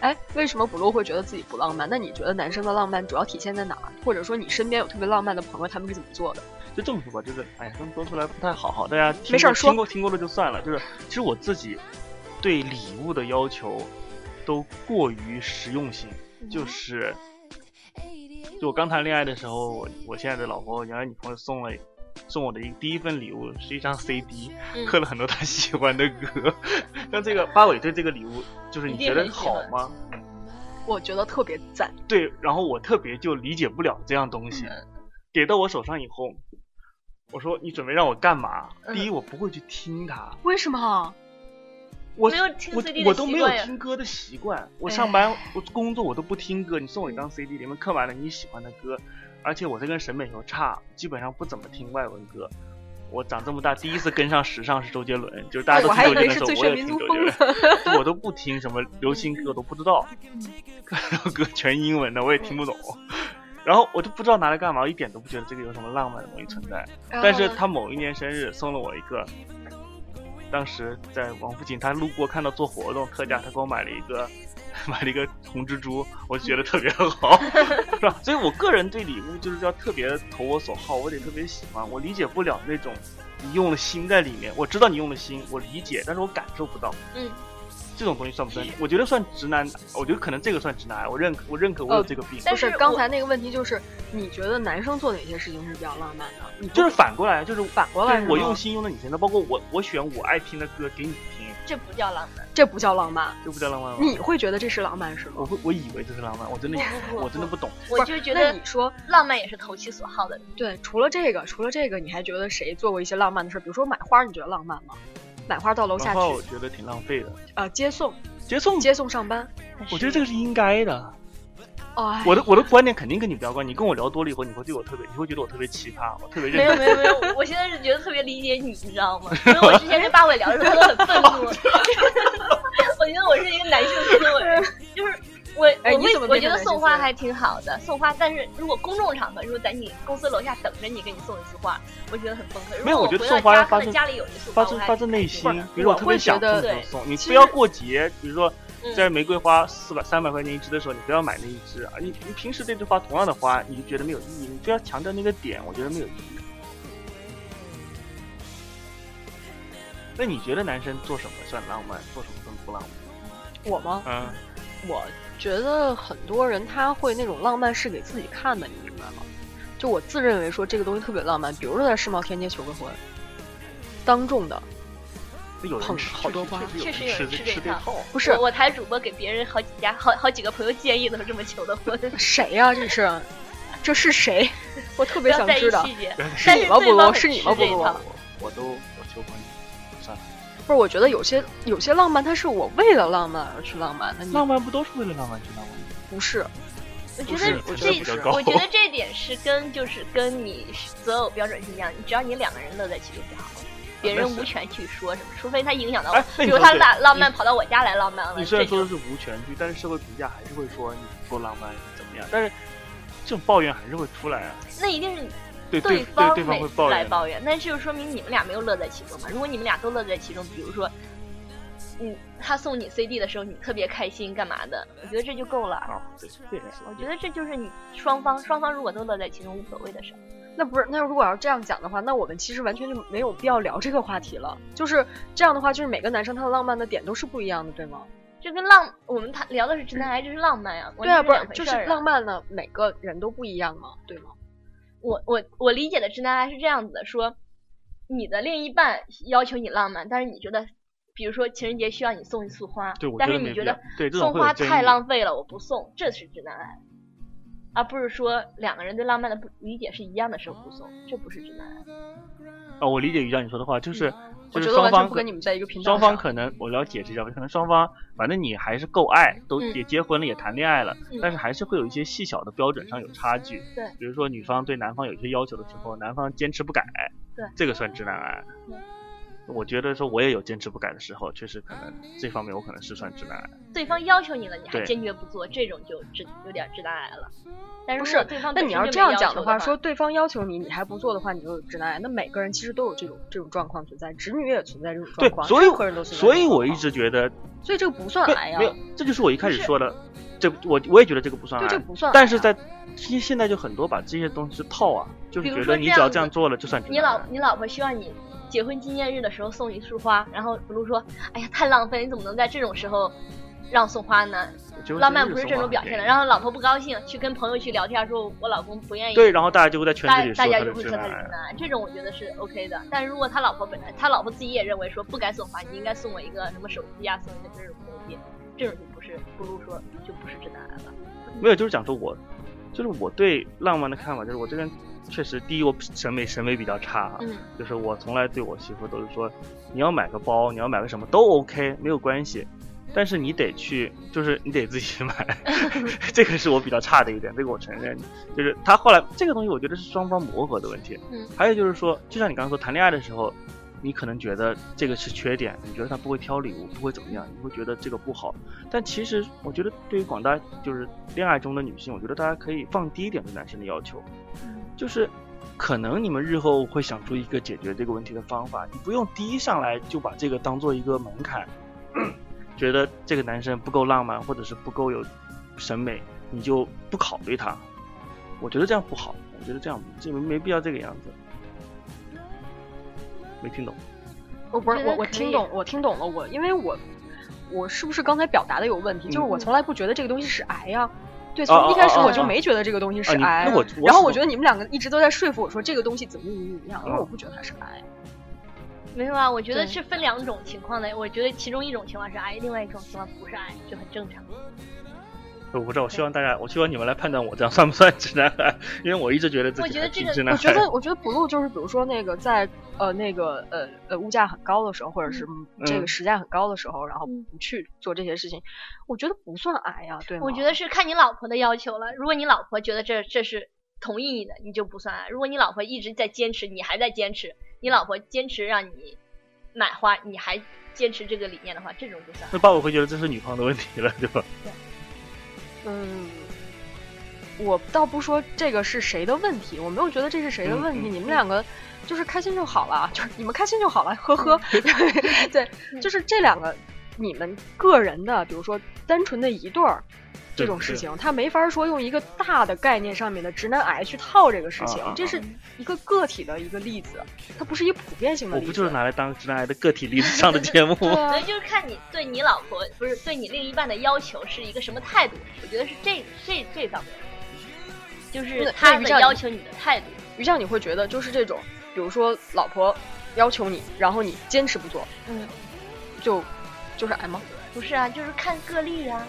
Speaker 3: 哎，为什么补录会觉得自己不浪漫？那你觉得男生的浪漫主要体现在哪儿？或者说你身边有特别浪漫的朋友，他们是怎么做的？
Speaker 4: 就这么说吧，就是哎呀，这么说出来不太好，哈，大家听
Speaker 3: 没事
Speaker 4: 过
Speaker 3: 儿说
Speaker 4: 听过听过了就算了。就是其实我自己对礼物的要求都过于实用性，
Speaker 2: 嗯
Speaker 4: 就是 就我刚谈恋爱的时候，我我现在的老婆原来女朋友送了送我的一第一份礼物是一张 CD，
Speaker 2: 嗯
Speaker 4: 刻了很多她喜欢的歌。 那这个八尾对这个礼物，就是你
Speaker 2: 一定
Speaker 4: 觉得
Speaker 2: 很喜
Speaker 4: 好
Speaker 2: 欢
Speaker 4: 吗？
Speaker 3: 我觉得特别赞。
Speaker 2: 嗯
Speaker 4: 对，然后我特别就理解不了这样东西，给到我手上以后，我说你准备让我干嘛？第一，
Speaker 2: 嗯
Speaker 4: 我不会去听它，
Speaker 3: 为什么？
Speaker 4: 我
Speaker 2: 没有听
Speaker 4: 我
Speaker 2: CD 的
Speaker 4: 我都
Speaker 2: 习
Speaker 4: 没有
Speaker 2: 惯呀
Speaker 4: 听歌的习惯，我
Speaker 3: 哎嗯
Speaker 4: 上班我工作我都不听歌，你送我一张 CD 里面刻满了你喜欢的歌，而且我这个人审美又差，基本上不怎么听外文歌。我长这么大第一次跟上时尚是周杰伦，就是 大家
Speaker 3: 哎
Speaker 4: 都
Speaker 3: 我
Speaker 4: 听
Speaker 3: 还以
Speaker 4: 周
Speaker 3: 为是
Speaker 4: 杰伦的时
Speaker 3: 最
Speaker 4: 候，我
Speaker 3: 炫
Speaker 4: 也
Speaker 3: 民族
Speaker 4: 听周杰
Speaker 3: 风
Speaker 4: 伦
Speaker 3: 呢。。 嗯
Speaker 4: 就 我都不听什么流行歌，我都不知道， 各种歌全英文的，我也听不懂。 然后我就不知道拿来干嘛，我一点都不觉得这个有什么浪漫的东西存在。但
Speaker 3: 嗯
Speaker 4: 是他某一年生日送了我一个，当时在王府井，他路过看到做活动特价，他给我买了一个， 买了一个红蜘蛛，我就觉得特别好，是吧？所以我个人对礼物就是要特别投我所好，我得特别喜欢。我理解不了那种你用了心在里面，我知道你用了心，我理解，但是我感受不到。
Speaker 2: 嗯，
Speaker 4: 这种东西算不算？我觉得算直男，我觉得可能这个算直男癌，我认可，我认可我有这个病。
Speaker 2: 但
Speaker 3: 不是
Speaker 2: 是
Speaker 3: 刚
Speaker 2: 我
Speaker 3: 才那个问题，就是你觉得男生做哪些事情是比较浪漫的？你不
Speaker 4: 就是反过来，就是
Speaker 3: 反过来
Speaker 4: 就是是我
Speaker 3: 吗
Speaker 4: 用心用在你身上，包括我我选我爱听的歌给你听，
Speaker 2: 这不叫浪漫，
Speaker 3: 这不叫浪漫，
Speaker 4: 这不叫浪漫吗？
Speaker 3: 你会觉得这是浪漫是吗？
Speaker 4: 啊我会我以为这是浪漫，我真的以为
Speaker 2: 不不不
Speaker 4: 我真的不懂。
Speaker 2: 我就觉
Speaker 3: 那
Speaker 2: 得
Speaker 3: 你说
Speaker 2: 浪漫也是投其所好 的。
Speaker 3: 对，除了这个，除了这个，你还觉得谁做过一些浪漫的事儿？比如说买花，你觉得浪漫吗？买花到楼下
Speaker 4: 然后我
Speaker 3: 去，
Speaker 4: 觉得挺浪费的，
Speaker 3: 呃，接送，
Speaker 4: 接送，
Speaker 3: 接送上班。
Speaker 4: 我觉得这个是应该的。
Speaker 3: 哎，
Speaker 4: 我的我的观点肯定跟你不一样，你跟我聊多了以后，你会对我特别，你会觉得我特别奇葩，我特别
Speaker 2: 没
Speaker 4: 认
Speaker 2: 有
Speaker 4: 真。
Speaker 2: 没有没有，我现在是觉得特别理解你，你知道吗？因为我之前跟八尾聊的时候，他都很愤 怒。 我觉得我是一个男性思维，就是我
Speaker 3: 嗯哎
Speaker 2: 我
Speaker 3: 你
Speaker 2: 为
Speaker 3: 怎么
Speaker 2: 我
Speaker 3: 变
Speaker 2: 觉得
Speaker 3: 成男性
Speaker 2: 送花
Speaker 3: 思维
Speaker 2: 还挺好的，送花。但是如果公众场合，如果在你公司楼下等着你，给你送一束花，我觉得很崩溃。如
Speaker 4: 没有
Speaker 2: 果
Speaker 4: 我觉得
Speaker 2: 回
Speaker 4: 送
Speaker 2: 到
Speaker 4: 花
Speaker 2: 家
Speaker 4: 要发
Speaker 2: 看到
Speaker 4: 自
Speaker 2: 家里有一束花，
Speaker 4: 发自
Speaker 2: 我还
Speaker 4: 发自内
Speaker 2: 挺
Speaker 4: 心
Speaker 2: 开的，
Speaker 4: 比如说
Speaker 3: 我
Speaker 4: 特别
Speaker 3: 会觉
Speaker 4: 想送
Speaker 3: 得
Speaker 4: 就
Speaker 2: 对
Speaker 4: 送，你
Speaker 3: 其
Speaker 4: 不要
Speaker 3: 实
Speaker 4: 过节，比如说
Speaker 2: 嗯
Speaker 4: 在玫瑰花四百三百块钱一支的时候，你不要买那一支啊！你你平时对这花同样的花，你就觉得没有意义，你就要强调那个点，我觉得没有意义。那你觉得男生做什么算浪漫，做什么算不浪漫？
Speaker 3: 我吗？
Speaker 4: 嗯，
Speaker 3: 我觉得很多人他会那种浪漫是给自己看的，你明白吗？就我自认为说这个东西特别浪漫，比如说在世贸天阶求个婚，当众的，
Speaker 4: 那有人
Speaker 3: 捧
Speaker 4: 吃
Speaker 3: 好多花
Speaker 2: 确
Speaker 4: 确实
Speaker 2: 实
Speaker 4: 有
Speaker 2: 有
Speaker 4: 人
Speaker 2: 人
Speaker 4: 吃
Speaker 2: 吃
Speaker 4: 这吃
Speaker 2: 这
Speaker 4: 这
Speaker 2: 套
Speaker 4: 套。
Speaker 3: 不是
Speaker 2: 我我台主播给别人好几家好好几个朋友建议都是这么求的婚，
Speaker 3: 谁呀、这是，这是谁？ 我特
Speaker 2: 不
Speaker 3: 别
Speaker 2: 要
Speaker 3: 想
Speaker 2: 在意
Speaker 3: 知道。
Speaker 2: 细节。
Speaker 3: 是
Speaker 2: 但
Speaker 3: 你
Speaker 2: 是
Speaker 3: 吗，
Speaker 2: 对
Speaker 3: 布
Speaker 2: 方
Speaker 3: 鲁？
Speaker 2: 很
Speaker 3: 是你吗，
Speaker 4: 啊
Speaker 2: 吃
Speaker 3: 布
Speaker 2: 这一
Speaker 3: 鲁？
Speaker 2: 套
Speaker 4: 我我都我求婚，算了，
Speaker 3: 不是，我觉得有些有些浪漫，它是我为了浪漫而去浪漫的，你
Speaker 4: 浪漫不都是为了浪漫去浪漫吗？
Speaker 3: 不是。
Speaker 2: 我觉
Speaker 4: 不是
Speaker 2: 得
Speaker 4: 我觉
Speaker 2: 这
Speaker 4: 得比较高
Speaker 2: 我觉得这点是跟就是跟你择偶标准是一样，只要你两个人乐在其中就好了，别人无权去说什么，除非他影响到我
Speaker 4: 啊哎，那
Speaker 2: 比
Speaker 4: 你
Speaker 2: 如
Speaker 4: 说
Speaker 2: 他
Speaker 4: 对
Speaker 2: 浪浪漫
Speaker 4: 你
Speaker 2: 跑到我家来浪漫了，
Speaker 4: 你虽然
Speaker 2: 这就
Speaker 4: 说的是无权去，但是社会评价还是会说你不够浪漫怎么样，但是这种抱怨还是会出来啊。
Speaker 2: 那一定是
Speaker 4: 对对
Speaker 2: 方
Speaker 4: 对方
Speaker 2: 每
Speaker 4: 会
Speaker 2: 次
Speaker 4: 抱
Speaker 2: 来
Speaker 4: 怨的，
Speaker 2: 抱怨，那就是说明你们俩没有乐在其中嘛。如果你们俩都乐在其中，比如说，嗯，他送你 CD 的时候你特别开心干嘛的，我觉得这就够了。
Speaker 4: 啊，对，这也是。
Speaker 2: 我觉得这就是你双方双方如果都乐在其中无所谓的事儿。
Speaker 3: 那不是，那如果要这样讲的话，那我们其实完全就没有必要聊这个话题了。就是这样的话，就是每个男生他的浪漫的点都是不一样的，对吗？
Speaker 2: 这跟浪，我们谈聊的是直男癌，这是浪漫呀、
Speaker 3: 对啊，
Speaker 2: 完
Speaker 3: 不
Speaker 2: 全
Speaker 3: 是
Speaker 2: 两，回
Speaker 3: 就
Speaker 2: 事
Speaker 3: 是
Speaker 2: 儿啊
Speaker 3: 浪漫呢，每个人都不一样嘛，对吗？
Speaker 2: 我我我理解的直男癌是这样子的，说你的另一半要求你浪漫，但是你觉得，比如说情人节需要你送一束花，
Speaker 4: 对，我
Speaker 2: 但
Speaker 4: 觉
Speaker 2: 是
Speaker 4: 得
Speaker 2: 你
Speaker 4: 没必
Speaker 2: 觉
Speaker 4: 要
Speaker 2: 得。
Speaker 4: 对这种
Speaker 2: 送
Speaker 4: 会有
Speaker 2: 花
Speaker 4: 争
Speaker 2: 太
Speaker 4: 议
Speaker 2: 浪费了，我不送，这是直男癌，而不是说两个人对浪漫的不理解是一样的时候不送，这不是直男癌。
Speaker 4: 啊，我理解于酱你说的话，就是
Speaker 3: 嗯我
Speaker 4: 就
Speaker 3: 觉
Speaker 4: 是
Speaker 3: 得完全
Speaker 4: 双方
Speaker 3: 不
Speaker 4: 可
Speaker 3: 跟你们在一个频道
Speaker 4: 双
Speaker 3: 上。
Speaker 4: 方可能我了解这下，可能双方反正你还是够爱，都
Speaker 2: 嗯
Speaker 4: 也结婚了，也谈恋爱了，
Speaker 2: 嗯
Speaker 4: 但是还是会有一些细小的标准上有差距。
Speaker 2: 对
Speaker 4: 比如说女方对男方有一些要求的时候，男方坚持不改，
Speaker 2: 对，
Speaker 4: 这个算直男癌
Speaker 2: 对。
Speaker 4: 我觉得说我也有坚持不改的时候，确实可能这方面我可能是算直男癌。
Speaker 2: 对方要求你了，你还
Speaker 4: 对
Speaker 2: 坚决不做，这种就直有点直男癌了。但
Speaker 3: 不
Speaker 2: 是如
Speaker 3: 是
Speaker 2: 果对方
Speaker 3: 那
Speaker 2: 本
Speaker 3: 你
Speaker 2: 身
Speaker 3: 要
Speaker 2: 就
Speaker 3: 这
Speaker 2: 没
Speaker 3: 样讲
Speaker 2: 求
Speaker 3: 的
Speaker 2: 的
Speaker 3: 话，说对方要求你，你还不做的话，你就是直男癌。那每个人其实都有这种这种状况存在，直女也存在这种状
Speaker 4: 对
Speaker 3: 况，，
Speaker 4: 所以
Speaker 3: 任何人都存在这种
Speaker 4: 所以我
Speaker 3: 状
Speaker 4: 一
Speaker 3: 况
Speaker 4: 直觉得
Speaker 3: 所以这个不算
Speaker 4: 对
Speaker 3: 癌呀啊
Speaker 4: 没，有，这就是我一开始说的，这我我也觉得这个不算
Speaker 3: 对，这
Speaker 4: 癌。
Speaker 3: 不算癌呀。
Speaker 4: 但是在现现在就很多把这些东西套啊，就是
Speaker 2: 比如
Speaker 4: 觉
Speaker 2: 说
Speaker 4: 得你
Speaker 2: 这
Speaker 4: 只要
Speaker 2: 样
Speaker 4: 这样
Speaker 2: 子
Speaker 4: 做了就算直
Speaker 2: 你
Speaker 4: 男
Speaker 2: 老
Speaker 4: 癌。
Speaker 2: 你老婆希望你结婚纪念日的时候送一束花，然后不如说，哎呀太浪费，你怎么能在这种时候让送花呢？
Speaker 4: 结婚
Speaker 2: 浪
Speaker 4: 纪
Speaker 2: 漫
Speaker 4: 念
Speaker 2: 不
Speaker 4: 日
Speaker 2: 是
Speaker 4: 送
Speaker 2: 这种
Speaker 4: 花很
Speaker 2: 表
Speaker 4: 便
Speaker 2: 现的，
Speaker 4: 宜
Speaker 2: 然后老婆不高兴，去跟朋友去聊天，说我老公不愿意。
Speaker 4: 对，然后大家就会在圈子
Speaker 2: 大
Speaker 4: 里
Speaker 2: 大
Speaker 4: 说哎
Speaker 2: 家就
Speaker 4: 他的
Speaker 2: 会
Speaker 4: 直
Speaker 2: 说他
Speaker 4: 男
Speaker 2: 是直
Speaker 4: 癌。
Speaker 2: 男，这种我觉得是 OK 的。但如果他老婆本来他老婆自己也认为说不该送花，你应该送我一个什么手机啊，送一个这种东西，这种就不是不如说就不是直男癌了。
Speaker 4: 没有，就是讲说我，就是我对浪漫的看法，就是我这个人确实，第一我审美审美比较差，啊
Speaker 2: 嗯，
Speaker 4: 就是我从来对我媳妇都是说，你要买个包，你要买个什么都 OK，没有关系，但是你得去，就是你得自己去买， 这个是我比较差的一点，这个我承认。就是他后来这个东西，我觉得是双方磨合的问题。
Speaker 2: 嗯，
Speaker 4: 还有就是说，就像你刚刚说，谈恋爱的时候，你可能觉得这个是缺点，你觉得他不会挑礼物，不会怎么样，你会觉得这个不好。但其实我觉得，对于广大就是恋爱中的女性，我觉得大家可以放低一点对男生的要求，就是可能你们日后会想出一个解决这个问题的方法，你不用第一上来就把这个当做一个门槛， 觉得这个男生不够浪漫或者是不够有审美，你就不考虑他。我觉得这样不好，我觉得这样这没没必要这个样子。没听懂，
Speaker 3: 我不是
Speaker 2: 觉得
Speaker 3: 我我
Speaker 2: 可
Speaker 3: 听
Speaker 2: 以
Speaker 3: 懂我听懂了我因为我我是不是刚才表达的有问题？就是
Speaker 4: 嗯
Speaker 3: 我从来不觉得这个东西是癌呀、对，
Speaker 4: 啊
Speaker 3: 从一开始
Speaker 4: 啊啊
Speaker 3: 我就
Speaker 4: 啊
Speaker 3: 没觉得这个东西是
Speaker 4: 啊你
Speaker 3: 癌。
Speaker 4: 那我我
Speaker 3: 然后
Speaker 4: 是
Speaker 3: 我觉得你们两个一直都在说服我说这个东西怎么怎么怎么样，因为
Speaker 4: 啊
Speaker 3: 我不觉得它是癌。
Speaker 2: 没有啊，我觉
Speaker 3: 对
Speaker 2: 得是分两种情况的。我觉得其中一种情况是癌，另外一种情况不是癌，就很正常。
Speaker 4: 呃我不知道。我希望大家，我希望你们来判断我这样算不算直男癌，因为我一直觉得自
Speaker 2: 我
Speaker 4: 己
Speaker 2: 觉
Speaker 4: 还
Speaker 2: 得
Speaker 4: 挺
Speaker 2: 这个
Speaker 4: 直男
Speaker 3: 我觉
Speaker 4: 癌
Speaker 3: 得，我觉得不露就是，比如说那个在呃那个呃呃物价很高的时候，或者是这个
Speaker 4: 嗯
Speaker 3: 实价很高的时候，然后
Speaker 2: 嗯
Speaker 3: 不去做这些事情，我觉得不算癌呀、对吗？
Speaker 2: 我觉得是看你老婆的要求了。如果你老婆觉得这这是同意你的，你就不算爱；啊如果你老婆一直在坚持，你还在坚持，你老婆坚持让你买花，你还坚持这个理念的话，这种就算爱。
Speaker 4: 那爸我会觉得这是女方的问题了，对吧？
Speaker 3: 嗯，我倒不说这个是谁的问题，我没有觉得这是谁的
Speaker 4: 嗯
Speaker 3: 问题，
Speaker 4: 嗯
Speaker 3: 你们两个就是开心就好了，就是你们开心就好了，呵呵。
Speaker 4: 嗯
Speaker 3: 对，就是这两个你们个人的，比如说单纯的一对儿。这
Speaker 4: 对
Speaker 3: 种事
Speaker 4: 对
Speaker 3: 情，他没法说用一个大的概念上面的直男癌去套这个事情
Speaker 4: 啊啊，啊
Speaker 3: 这是一个个体的一个例子，它不是一个普遍性的
Speaker 4: 我
Speaker 3: 例子。
Speaker 4: 不就是拿来当直男癌的个体例子上的 节目
Speaker 3: 对
Speaker 4: 吗？
Speaker 3: 啊
Speaker 2: 所以就是看你对你老婆不是对你另一半的要求是一个什么态度，我觉得是这这这方面，就是
Speaker 3: 那
Speaker 2: 他
Speaker 3: 那
Speaker 2: 的
Speaker 3: 这样
Speaker 2: 要求你的态度。
Speaker 3: 于酱，你会觉得就是这种，比如说老婆要求你，然后你坚持不做，
Speaker 2: 嗯，
Speaker 3: 就就是癌吗？
Speaker 2: 不是啊，就是看个例啊。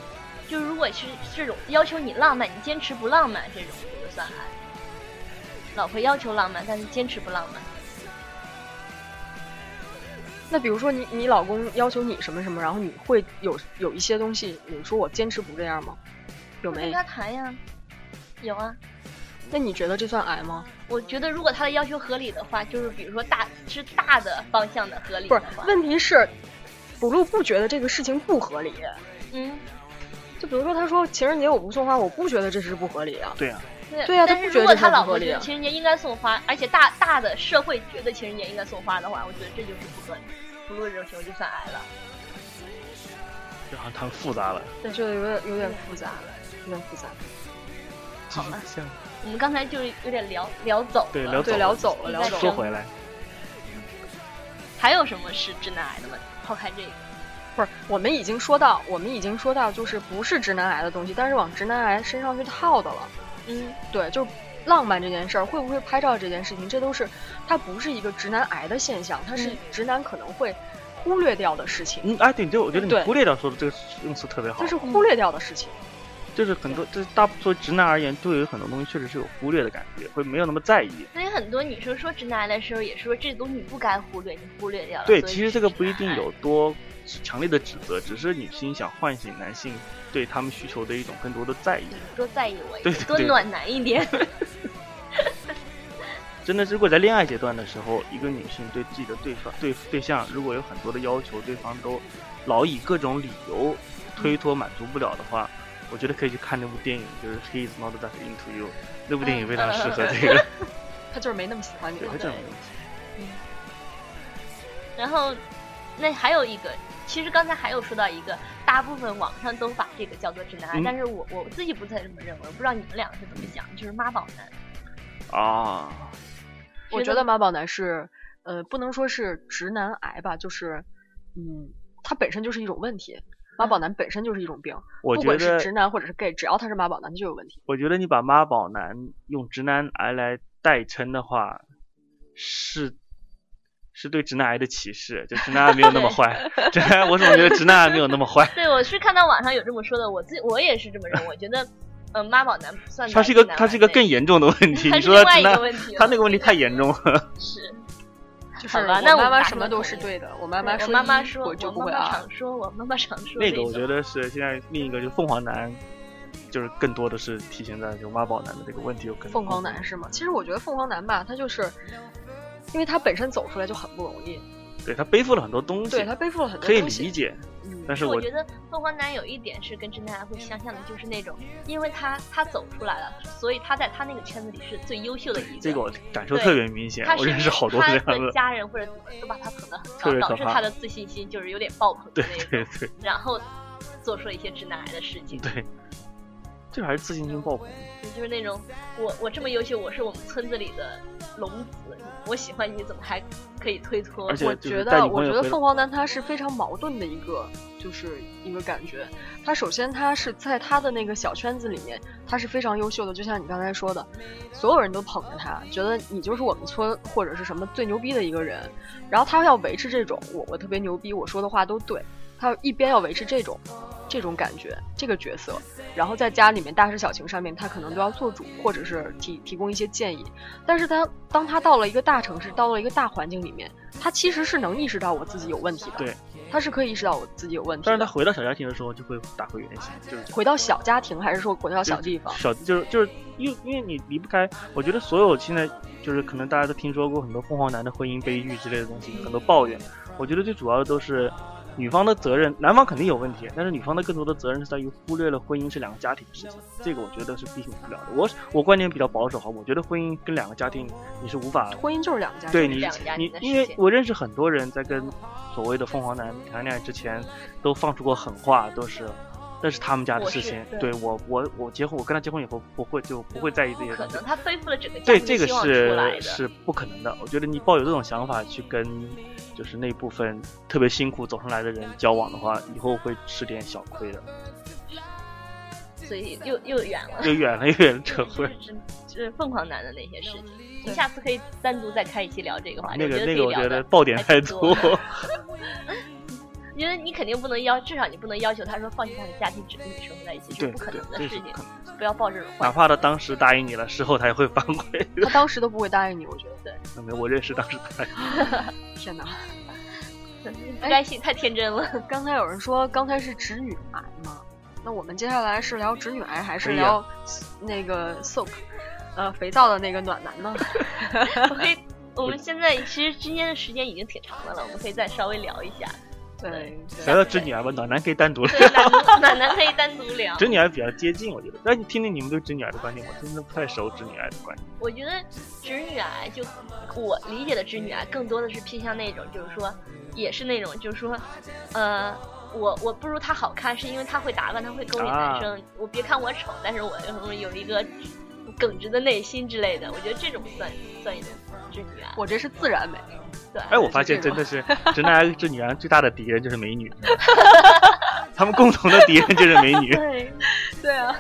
Speaker 2: 就如果是这种要求你浪漫，你坚持不浪漫这种，就算爱。老婆要求浪漫，但是坚持不浪漫，
Speaker 3: 那比如说你你老公要求你什么什么，然后你会有有一些东西，你说我坚持不这样吗？有
Speaker 2: 我跟
Speaker 3: 没？
Speaker 2: 他谈呀。有啊，
Speaker 3: 那你觉得这算癌吗？
Speaker 2: 我觉得如果他的要求合理的话，就是比如说大是大的方向的合理
Speaker 3: 不
Speaker 2: 的
Speaker 3: 是，
Speaker 2: 话，
Speaker 3: 问题是，补录不觉得这个事情不合理。
Speaker 2: 嗯，
Speaker 3: 就比如说他说情人节我不送花，我不觉得这是不合理啊。
Speaker 4: 对呀、
Speaker 2: 对
Speaker 3: 对啊
Speaker 2: 但
Speaker 3: 他
Speaker 2: 是
Speaker 3: 不觉
Speaker 2: 如
Speaker 3: 得
Speaker 2: 果
Speaker 3: 这
Speaker 2: 他
Speaker 3: 很
Speaker 2: 老
Speaker 3: 合
Speaker 2: 婆
Speaker 3: 理
Speaker 2: 觉得
Speaker 3: 啊
Speaker 2: 情人节应该送花，而且大大的社会觉得情人节应该送花的话，我觉得这就是不合理。不论这种情况就算癌了。
Speaker 4: 这好像谈复杂了。
Speaker 3: 对，就有点有点复杂，有点复杂。
Speaker 4: 好
Speaker 2: 了，
Speaker 4: 像
Speaker 2: 我们刚才就是有点聊聊走了，
Speaker 4: 对聊
Speaker 3: 嗯对，
Speaker 4: 走
Speaker 3: 聊
Speaker 4: 了
Speaker 3: 走了，聊
Speaker 2: 再
Speaker 3: 走
Speaker 4: 说
Speaker 3: 了。
Speaker 2: 说
Speaker 4: 回来，
Speaker 2: 还有什么是直男癌的问题？抛开这个，
Speaker 3: 不是，我们已经说到，我们已经说到，就是不是直男癌的东西，但是往直男癌身上去套的了。
Speaker 2: 嗯，
Speaker 3: 对，就浪漫这件事儿，会不会拍照这件事情，这都是它不是一个直男癌的现象，它是
Speaker 2: 嗯
Speaker 3: 直男可能会忽略掉的事情，
Speaker 4: 嗯，哎，对，对，我觉得你
Speaker 3: 对
Speaker 4: 忽略掉说的这个用词特别好
Speaker 3: 它，是忽略掉的事情。
Speaker 4: 就是很多，就是大作为直男而言，对于很多东西确实是有忽略的感觉，会没有那么在意。
Speaker 2: 所以很多女生说直男癌的时候，也说这东西你不该忽略，你忽略掉了。
Speaker 4: 对，
Speaker 2: 所以
Speaker 4: 其实这个不一定
Speaker 2: 直男癌。
Speaker 4: 有多强烈的指责，只是女性想唤醒男性对他们需求的一种更多的在意。
Speaker 2: 多在意我一
Speaker 4: 对
Speaker 2: 点，
Speaker 4: 对
Speaker 2: 多
Speaker 4: 对
Speaker 2: 暖男一 点。
Speaker 4: 真的，如果在恋爱阶段的时候，一个女性对自己的对方对对象如果有很多的要求，对方都老以各种理由推脱满足不了的话，我觉得可以去看那部电影，就是《He Is Not That Into You》，那部电影非常适合这个。
Speaker 3: 他就是没那么喜欢你
Speaker 4: 对，
Speaker 3: 了
Speaker 4: 会。这样的东西。
Speaker 2: 然后，那还有一个，其实刚才还有说到一个，大部分网上都把这个叫做直男癌，
Speaker 4: 嗯
Speaker 2: 但是我我自己不太这么认为，我不知道你们两个是怎么想，就是妈宝男。
Speaker 4: 啊，
Speaker 3: 我觉得妈宝男是，呃，不能说是直男癌吧，就是，嗯，它本身就是一种问题。妈宝男本身就是一种病，
Speaker 4: 嗯我
Speaker 3: 不
Speaker 4: 觉
Speaker 3: 管是直
Speaker 4: 得，
Speaker 3: 男或者是 gay，只要他是妈宝男他就有问题。
Speaker 4: 我觉得你把妈宝男用直男癌来代称的话，是是对直男癌的歧视。就直男癌没有那 么坏， 直男癌我怎么觉得直男癌没有那么坏？
Speaker 2: 对，我是看到网上有这么说的，我自我也是这么认为，我觉得呃，妈宝男不算男，
Speaker 4: 它是一个
Speaker 2: 男
Speaker 4: 它是一个
Speaker 2: 完美
Speaker 4: 更严重的问 题。
Speaker 2: 它
Speaker 4: 你
Speaker 2: 是
Speaker 4: 说
Speaker 2: 另外一
Speaker 4: 它直
Speaker 2: 个
Speaker 4: 男，
Speaker 2: 问题了，
Speaker 4: 它那个问题太严重 了。
Speaker 2: 是。
Speaker 3: 就是
Speaker 2: 好
Speaker 3: 我
Speaker 2: 吧那我
Speaker 3: 妈妈
Speaker 2: 打
Speaker 3: 什么
Speaker 2: 算
Speaker 3: 都
Speaker 2: 同
Speaker 3: 是
Speaker 2: 意
Speaker 3: 对的，我妈妈
Speaker 2: 我
Speaker 3: 说
Speaker 2: 妈妈
Speaker 3: 一
Speaker 2: 说，
Speaker 3: 我就不
Speaker 2: 妈
Speaker 3: 会啊
Speaker 2: 妈
Speaker 3: 二
Speaker 2: 常。说，我妈妈常说
Speaker 4: 那
Speaker 2: 这
Speaker 4: 个我觉得是现在另一个，就凤凰男，就是更多的是体现在就妈宝男的这个问题有更
Speaker 3: 凤凰男是吗？其实我觉得凤凰男吧，他就是，因为他本身走出来就很不容易，
Speaker 4: 对他背负了很多东西，
Speaker 3: 对他背负了很多
Speaker 4: 可以
Speaker 3: 东西。
Speaker 4: 理解，
Speaker 3: 嗯，
Speaker 4: 但是
Speaker 2: 是我
Speaker 4: 我
Speaker 2: 觉得凤凰男有一点是跟真爱会相像的，就是那种，因为他他走出来了，所以他在他那个圈子里是最优秀的一个。
Speaker 4: 这个我感受
Speaker 2: 对
Speaker 4: 特别明显，
Speaker 2: 他
Speaker 4: 我认识好多
Speaker 2: 他
Speaker 4: 这样
Speaker 2: 的
Speaker 4: 的，
Speaker 2: 家人或者怎么都把他捧得
Speaker 4: 特别
Speaker 2: 很高，导
Speaker 4: 可
Speaker 2: 致
Speaker 4: 怕
Speaker 2: 他的自信心就是有点爆棚的
Speaker 4: 对
Speaker 2: 那种，
Speaker 4: 对对
Speaker 2: 然后做出了一些直男癌的事情。
Speaker 4: 对，这还是自信心爆棚。
Speaker 2: 就是那种我我这么优秀，我是我们村子里的龙子，我喜欢你，怎么还可以推脱？
Speaker 4: 而且
Speaker 3: 我
Speaker 4: 就是
Speaker 3: 觉
Speaker 4: 带
Speaker 3: 得，
Speaker 4: 你
Speaker 3: 我
Speaker 4: 朋
Speaker 3: 觉
Speaker 4: 友
Speaker 3: 得
Speaker 4: 回来
Speaker 3: 凤凰男他是非常矛盾的一个，就是一个感觉。他首先他是在他的那个小圈子里面，他是非常优秀的，就像你刚才说的，所有人都捧着他，觉得你就是我们村或者是什么最牛逼的一个人。然后他要维持这种我我特别牛逼，我说的话都对，他一边要维持这种这种感觉，这个角色，然后在家里面大事小情上面，他可能都要做主，或者是提提供一些建议。但是他当他到了一个大城市，到了一个大环境里面，他其实是能意识到我自己有问题的，
Speaker 4: 对，
Speaker 3: 他是可以意识到我自己有问题
Speaker 4: 但
Speaker 3: 的。
Speaker 4: 是他回到小家庭的时候就会打回原形，就是这样
Speaker 3: 回到小家庭，还是说回到小地方？
Speaker 4: 小就是就是因为因为你离不开，我觉得所有现在就是可能大家都听说过很多凤凰男的婚姻悲剧之类的东西，很多抱怨。我觉得最主要的都是女方的责任，男方肯定有问题，但是女方的更多的责任是在于忽略了婚姻是两个家庭的事情，这个我觉得是避免不了的。我我观点比较保守哈，我觉得婚姻跟两个家庭你是无法
Speaker 3: 婚姻就是两个家庭，
Speaker 2: 是
Speaker 4: 对你
Speaker 2: 两个家庭
Speaker 4: 你
Speaker 2: 的，
Speaker 4: 因
Speaker 2: 事
Speaker 4: 为
Speaker 2: 情
Speaker 4: 我认识很多人在跟所谓的凤凰男谈恋爱之前，都放出过狠话，都是那是他们家的
Speaker 2: 我
Speaker 4: 事
Speaker 2: 是
Speaker 4: 情。
Speaker 2: 对
Speaker 4: 对我我我结婚，我跟他结婚以后不会就不会在意这些
Speaker 2: 可
Speaker 4: 东西
Speaker 2: 能。他背负了整个家
Speaker 4: 对，
Speaker 2: 庭
Speaker 4: 这
Speaker 2: 的
Speaker 4: 个
Speaker 2: 希望出来
Speaker 4: 是
Speaker 2: 的。
Speaker 4: 是不可能的。我觉得你抱有这种想法去跟就是那部分特别辛苦走上来的人交往的话，以后会吃点小亏的，
Speaker 2: 所以又又远了。
Speaker 4: 又远了又 远了扯
Speaker 2: 就
Speaker 4: 灰
Speaker 2: 是。指就是凤凰男的那些事情，我们下次可以单独再开一期聊这个话
Speaker 4: 啊
Speaker 2: 题。
Speaker 4: 那个
Speaker 2: 我觉
Speaker 4: 那个，
Speaker 2: 得可
Speaker 4: 我
Speaker 2: 以
Speaker 4: 觉
Speaker 2: 聊
Speaker 4: 得
Speaker 2: 的
Speaker 4: 爆点
Speaker 2: 还
Speaker 4: 太
Speaker 2: 挺
Speaker 4: 多。
Speaker 2: 的因为你肯定不能要，至少你不能要求他说放弃他的家庭，只跟你生活在一起，这 是
Speaker 4: 对
Speaker 2: 不可
Speaker 4: 对
Speaker 2: 能的
Speaker 4: 这
Speaker 2: 事
Speaker 4: 是不
Speaker 2: 情
Speaker 4: 可。
Speaker 2: 不要抱这种幻
Speaker 4: 哪
Speaker 2: 想。
Speaker 4: 怕他当时答应你了，事后他也会反悔。
Speaker 3: 他当时都不会答应你，我觉得。
Speaker 4: 没有，我认识当时答应。
Speaker 3: 天哪！
Speaker 2: 不该信，太天真 了。
Speaker 3: 刚才有人说刚才是直女癌吗？那我们接下来是聊直女癌还是
Speaker 4: 可以啊
Speaker 3: 聊那个 soap，呃，肥皂的那个暖 男呢？
Speaker 2: 我可以，我们现在其实之间的时间已经挺长的了，我们可以再稍微聊一 下。
Speaker 3: 对，
Speaker 4: 聊聊直女癌吧，暖男可以单独聊。
Speaker 2: 对，暖暖男可以单独聊。
Speaker 4: 直女癌比较接近，我觉得。那你听听你们对直女癌的观点，我真的不太熟直女癌的观点。
Speaker 2: 我觉得直女癌就我理解的直女癌，啊更多的是偏向那种，就是说，也是那种，就是说，呃，我我不如她好看，是因为她会打扮，她会勾引
Speaker 4: 啊
Speaker 2: 男生。我别看我丑，但是我有有一个耿直的内心之类的。我觉得这种算算一种直女癌。
Speaker 3: 我这是自然美，
Speaker 2: 对，
Speaker 4: 哎，我发现真的是直男癌跟直女癌最大的敌人就是美女， 他们共同的敌人就是美女。
Speaker 2: 对，
Speaker 3: 对啊，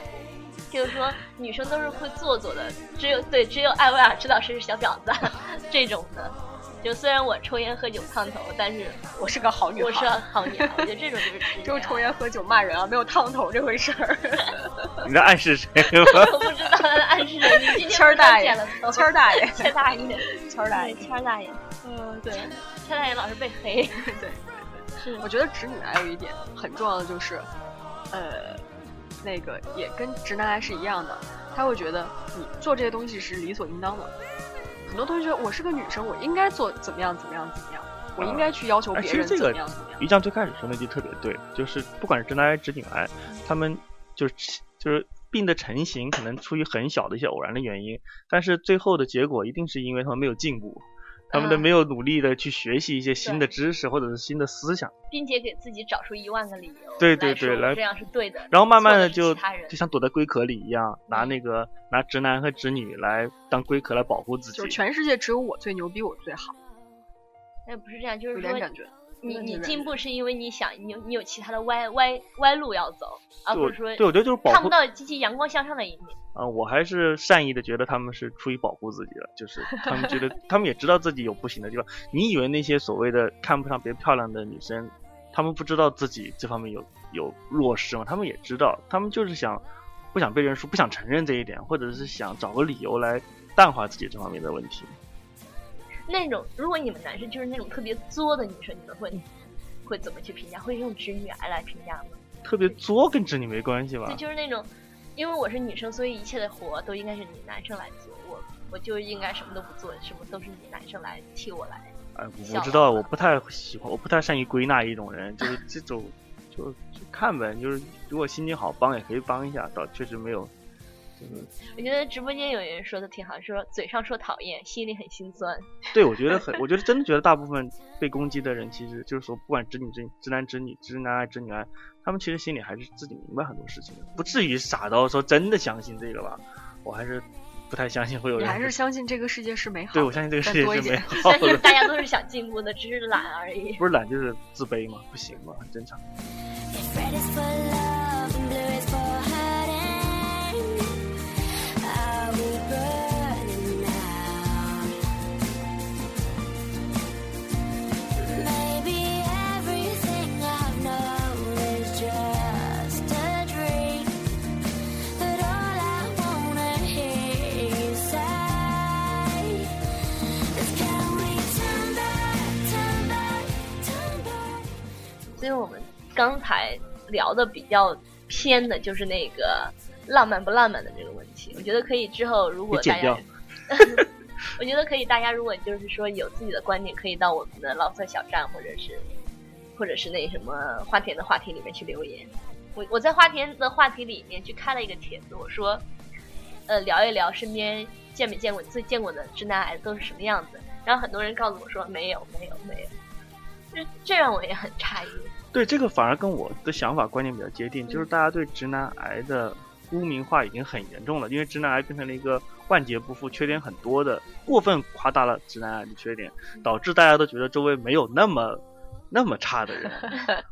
Speaker 2: 就是说女生都是会做作的，只有对只有艾薇儿知道谁是小婊子啊这种的。就虽然我抽烟喝酒烫头，但是
Speaker 3: 我是个好女
Speaker 2: 我是
Speaker 3: 孩。
Speaker 2: 好女孩。我觉得这种就是 直女癌。啊
Speaker 3: 只有抽烟喝酒骂人啊，没有烫头这回事 儿。
Speaker 4: 你在暗示谁吗？
Speaker 2: 我不知道他的暗示人，你今天
Speaker 3: 谦儿大爷
Speaker 2: 不是剪了头
Speaker 3: 谦儿大爷，
Speaker 2: 谦儿大爷，
Speaker 3: 谦儿大爷，
Speaker 2: 对谦儿大爷，
Speaker 3: 嗯，
Speaker 2: 对，谦儿大爷老是被黑，
Speaker 3: 对。
Speaker 2: 是
Speaker 3: 我觉得直女癌有一点很重要的就是，呃，那个也跟直男癌是一样的，他会觉得你做这些东西是理所应当的。很多同学，我是个女生，我应该做怎么样怎么样怎么样，我应该去要求
Speaker 4: 哎
Speaker 3: 别
Speaker 4: 其实
Speaker 3: 人
Speaker 4: 这
Speaker 3: 怎
Speaker 4: 个
Speaker 3: 么样怎么样。
Speaker 4: 于酱最开始说那句特别对，就是不管是直男癌、直女癌，他们就是就是病的成型，可能出于很小的一些偶然的原因，但是最后的结果一定是因为他们没有进步，他
Speaker 2: 啊
Speaker 4: 们的
Speaker 3: 嗯
Speaker 4: 没有努力的去学习一些新的知识或者是新的思想，
Speaker 2: 并且给自己找出一万个理由，
Speaker 4: 对对对
Speaker 2: 来说
Speaker 4: 来
Speaker 2: 我这样是对的，
Speaker 4: 然后慢慢的
Speaker 2: 错
Speaker 4: 就
Speaker 2: 的是其他人嗯
Speaker 4: 就像躲在龟壳里一样，拿那个拿直男和直女来当龟壳来保护自己
Speaker 3: 就是。全世界只有我最牛逼，我最好，
Speaker 2: 那不是这样，就
Speaker 3: 有
Speaker 2: 是
Speaker 3: 点
Speaker 2: 说
Speaker 3: 感觉。
Speaker 2: 你
Speaker 3: 有点
Speaker 2: 你
Speaker 3: 感觉
Speaker 2: 进步是因为你想你有你有其他的歪歪歪路要走，而
Speaker 4: 对
Speaker 2: 不
Speaker 4: 我，
Speaker 2: 是说
Speaker 4: 对我觉得就是保
Speaker 2: 看
Speaker 4: 护
Speaker 2: 不到积极阳光向上的一面。
Speaker 4: 啊、我还是善意的觉得他们是出于保护自己的，就是他们觉得他们也知道自己有不行的地方。你以为那些所谓的看不上别人漂亮的女生，她们不知道自己这方面有有弱势吗？她们也知道，她们就是想不想被认输，不想承认这一点，或者是想找个理由来淡化自己这方面的问题。
Speaker 2: 那种如果你们男生就是那种特别作的女生，你们会
Speaker 3: 嗯
Speaker 2: 会怎么去评价？会用直女癌来评价吗？
Speaker 4: 特别作跟直女没关系吧
Speaker 2: 对，？就是那种，因为我是女生，所以一切的活都应该是你男生来做，我我就应该什么都不做，什么都是你男生来替我来。
Speaker 4: 哎，我
Speaker 2: 小
Speaker 4: 我知道，我不太喜欢，我不太善于归纳一种人，就是这种，就就看呗，就是如果心情好帮也可以帮一下，倒确实没有，就是
Speaker 2: 我觉得直播间有人说的挺好，说嘴上说讨厌，心里很心酸。
Speaker 4: 对我觉得很，我觉得真的觉得大部分被攻击的人，其实就是说，不管直女直直男直女直男癌直女癌，他们其实心里还是自己明白很多事情的，不至于傻到说真的相信这个吧，我还是不太相信会有
Speaker 3: 你
Speaker 4: 人
Speaker 3: 还是相信这个世界是美好的。
Speaker 4: 对我相信这个世界
Speaker 3: 再多一
Speaker 4: 是美
Speaker 3: 点。
Speaker 4: 好
Speaker 2: 但是
Speaker 4: 的，
Speaker 2: 大家都是想进步的，只是懒而已。
Speaker 4: 不是懒就是自卑嘛，不行嘛，很正常。
Speaker 6: Red is for love and blue is for hiding. Are we burning out? Maybe everything I've known is just a dream. But all I wanna hear you say is, can we turn back, turn back, turn back?
Speaker 2: 所以我们刚才聊的比较偏的就是那个浪漫不浪漫的这个问题。我觉得可以之后如果
Speaker 4: 你剪
Speaker 2: 大家
Speaker 4: 掉，
Speaker 2: 我觉得可以，大家如果就是说有自己的观点，可以到我们的老色小站或者是或者是那什么花田的话题里面去留言。我我在花田的话题里面去开了一个帖子，我说，呃，聊一聊身边见没见过最见过的直男癌都是什么样子。然后很多人告诉我说没有没有没有，这这让我也很诧异。
Speaker 4: 对这个反而跟我的想法观念比较接近，就是大家对直男癌的污名化已经很严重了，因为直男癌变成了一个万劫不复、缺点很多的，过分夸大了直男癌的缺点， 导致大家都觉得周围没有那么那么差的人。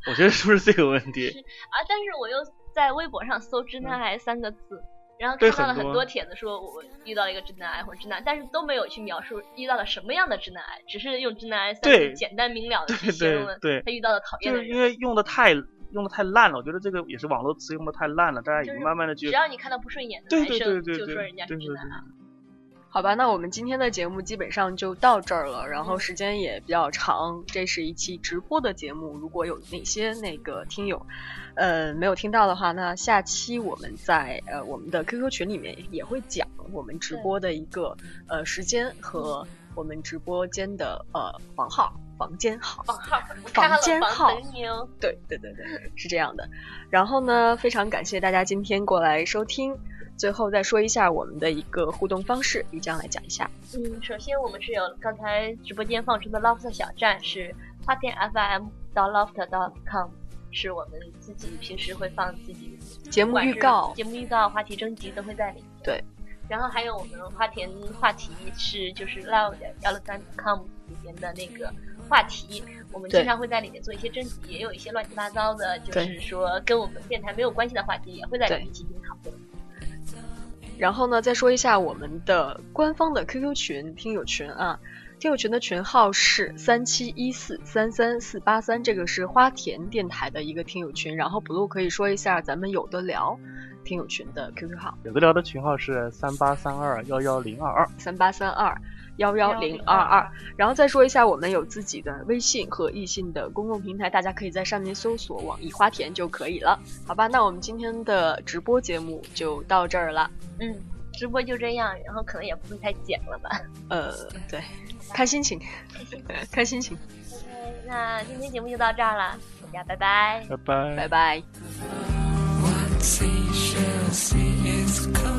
Speaker 4: 我觉得是不是这个问题？
Speaker 2: 啊，但是我又在微博上搜“直男癌”三个字，然后
Speaker 4: 嗯对
Speaker 2: 看到了
Speaker 4: 很
Speaker 2: 很
Speaker 4: 多
Speaker 2: 多帖子说我遇到了一个直男癌或者直男，但是都没有去描述遇到了什么样的直男癌，只是用“直男癌”三个
Speaker 4: 对
Speaker 2: 字简单明了的去
Speaker 4: 对
Speaker 2: 形容
Speaker 4: 对
Speaker 2: 了
Speaker 4: 对，
Speaker 2: 他遇到的讨厌
Speaker 4: 就
Speaker 2: 的
Speaker 4: 是因
Speaker 2: 人。
Speaker 4: 为用的太用的太烂了，我觉得这个也是网络词用的太烂了，大家已
Speaker 2: 就
Speaker 4: 经
Speaker 2: 是
Speaker 4: 慢慢的去
Speaker 2: 只要你看到不顺眼的
Speaker 4: 对
Speaker 2: 男
Speaker 4: 对
Speaker 2: 生，
Speaker 4: 对对
Speaker 2: 就
Speaker 4: 对
Speaker 2: 说人家是
Speaker 4: 对
Speaker 2: 直
Speaker 4: 对
Speaker 2: 男
Speaker 4: 对
Speaker 2: 癌。
Speaker 3: 好吧，那我们今天的节目基本上就到这儿了，然后时间也比较长，这是一期直播的节目。如果有哪些那个听友，呃，没有听到的话，那下期我们在呃我们的 QQ 群里面也会讲我们直播的一个呃时间和我们直播间的呃房号、房间号。
Speaker 2: 房号，我
Speaker 3: 房
Speaker 2: 看了
Speaker 3: 间
Speaker 2: 房
Speaker 3: 号
Speaker 2: 门牛。
Speaker 3: 对对对对，是这样的。然后呢，非常感谢大家今天过来收听。最后再说一下我们的一个互动方式，于江来讲一下。
Speaker 2: 嗯，首先我们是有刚才直播间放出的 Loft 小站是花店 FM 到 Loft dot com，是我们自己平时会放自己
Speaker 3: 节目预
Speaker 2: 不
Speaker 3: 告
Speaker 2: 管是节目预告、话题征集都会在里面。
Speaker 3: 对，
Speaker 2: 然后还有我们花田话题是就是 loud 幺六三 com 里面的那个话题，我们
Speaker 3: 对
Speaker 2: 经常会在里面做一些征集，也有一些乱七八糟的，就
Speaker 3: 对
Speaker 2: 是说跟我们电台没有关系的话题也会在里面进行讨论。
Speaker 3: 然后呢，再说一下我们的官方的 QQ 群听友群啊，听友群的群号是三七一四三三四八三，这个是花田电台的一个听友群。然后 blue 可以说一下咱们有的聊听友群的 QQ 号
Speaker 4: 有的聊的群号是三八三二幺幺零二二，
Speaker 3: 三八三二幺幺零二二。然后再说一下，我们有自己的微信和易信的公共平台，大家可以在上面搜索“网易花田”就可以了，好吧？那我们今天的直播节目就到这儿了。
Speaker 2: 嗯，直播就这样，然后可能也不会太剪了吧。
Speaker 3: 呃，对，看心情， 看心情。
Speaker 2: 那今天节目就到这儿了，大家拜拜。
Speaker 4: 拜拜
Speaker 3: 拜拜。
Speaker 5: What she shall see is coming.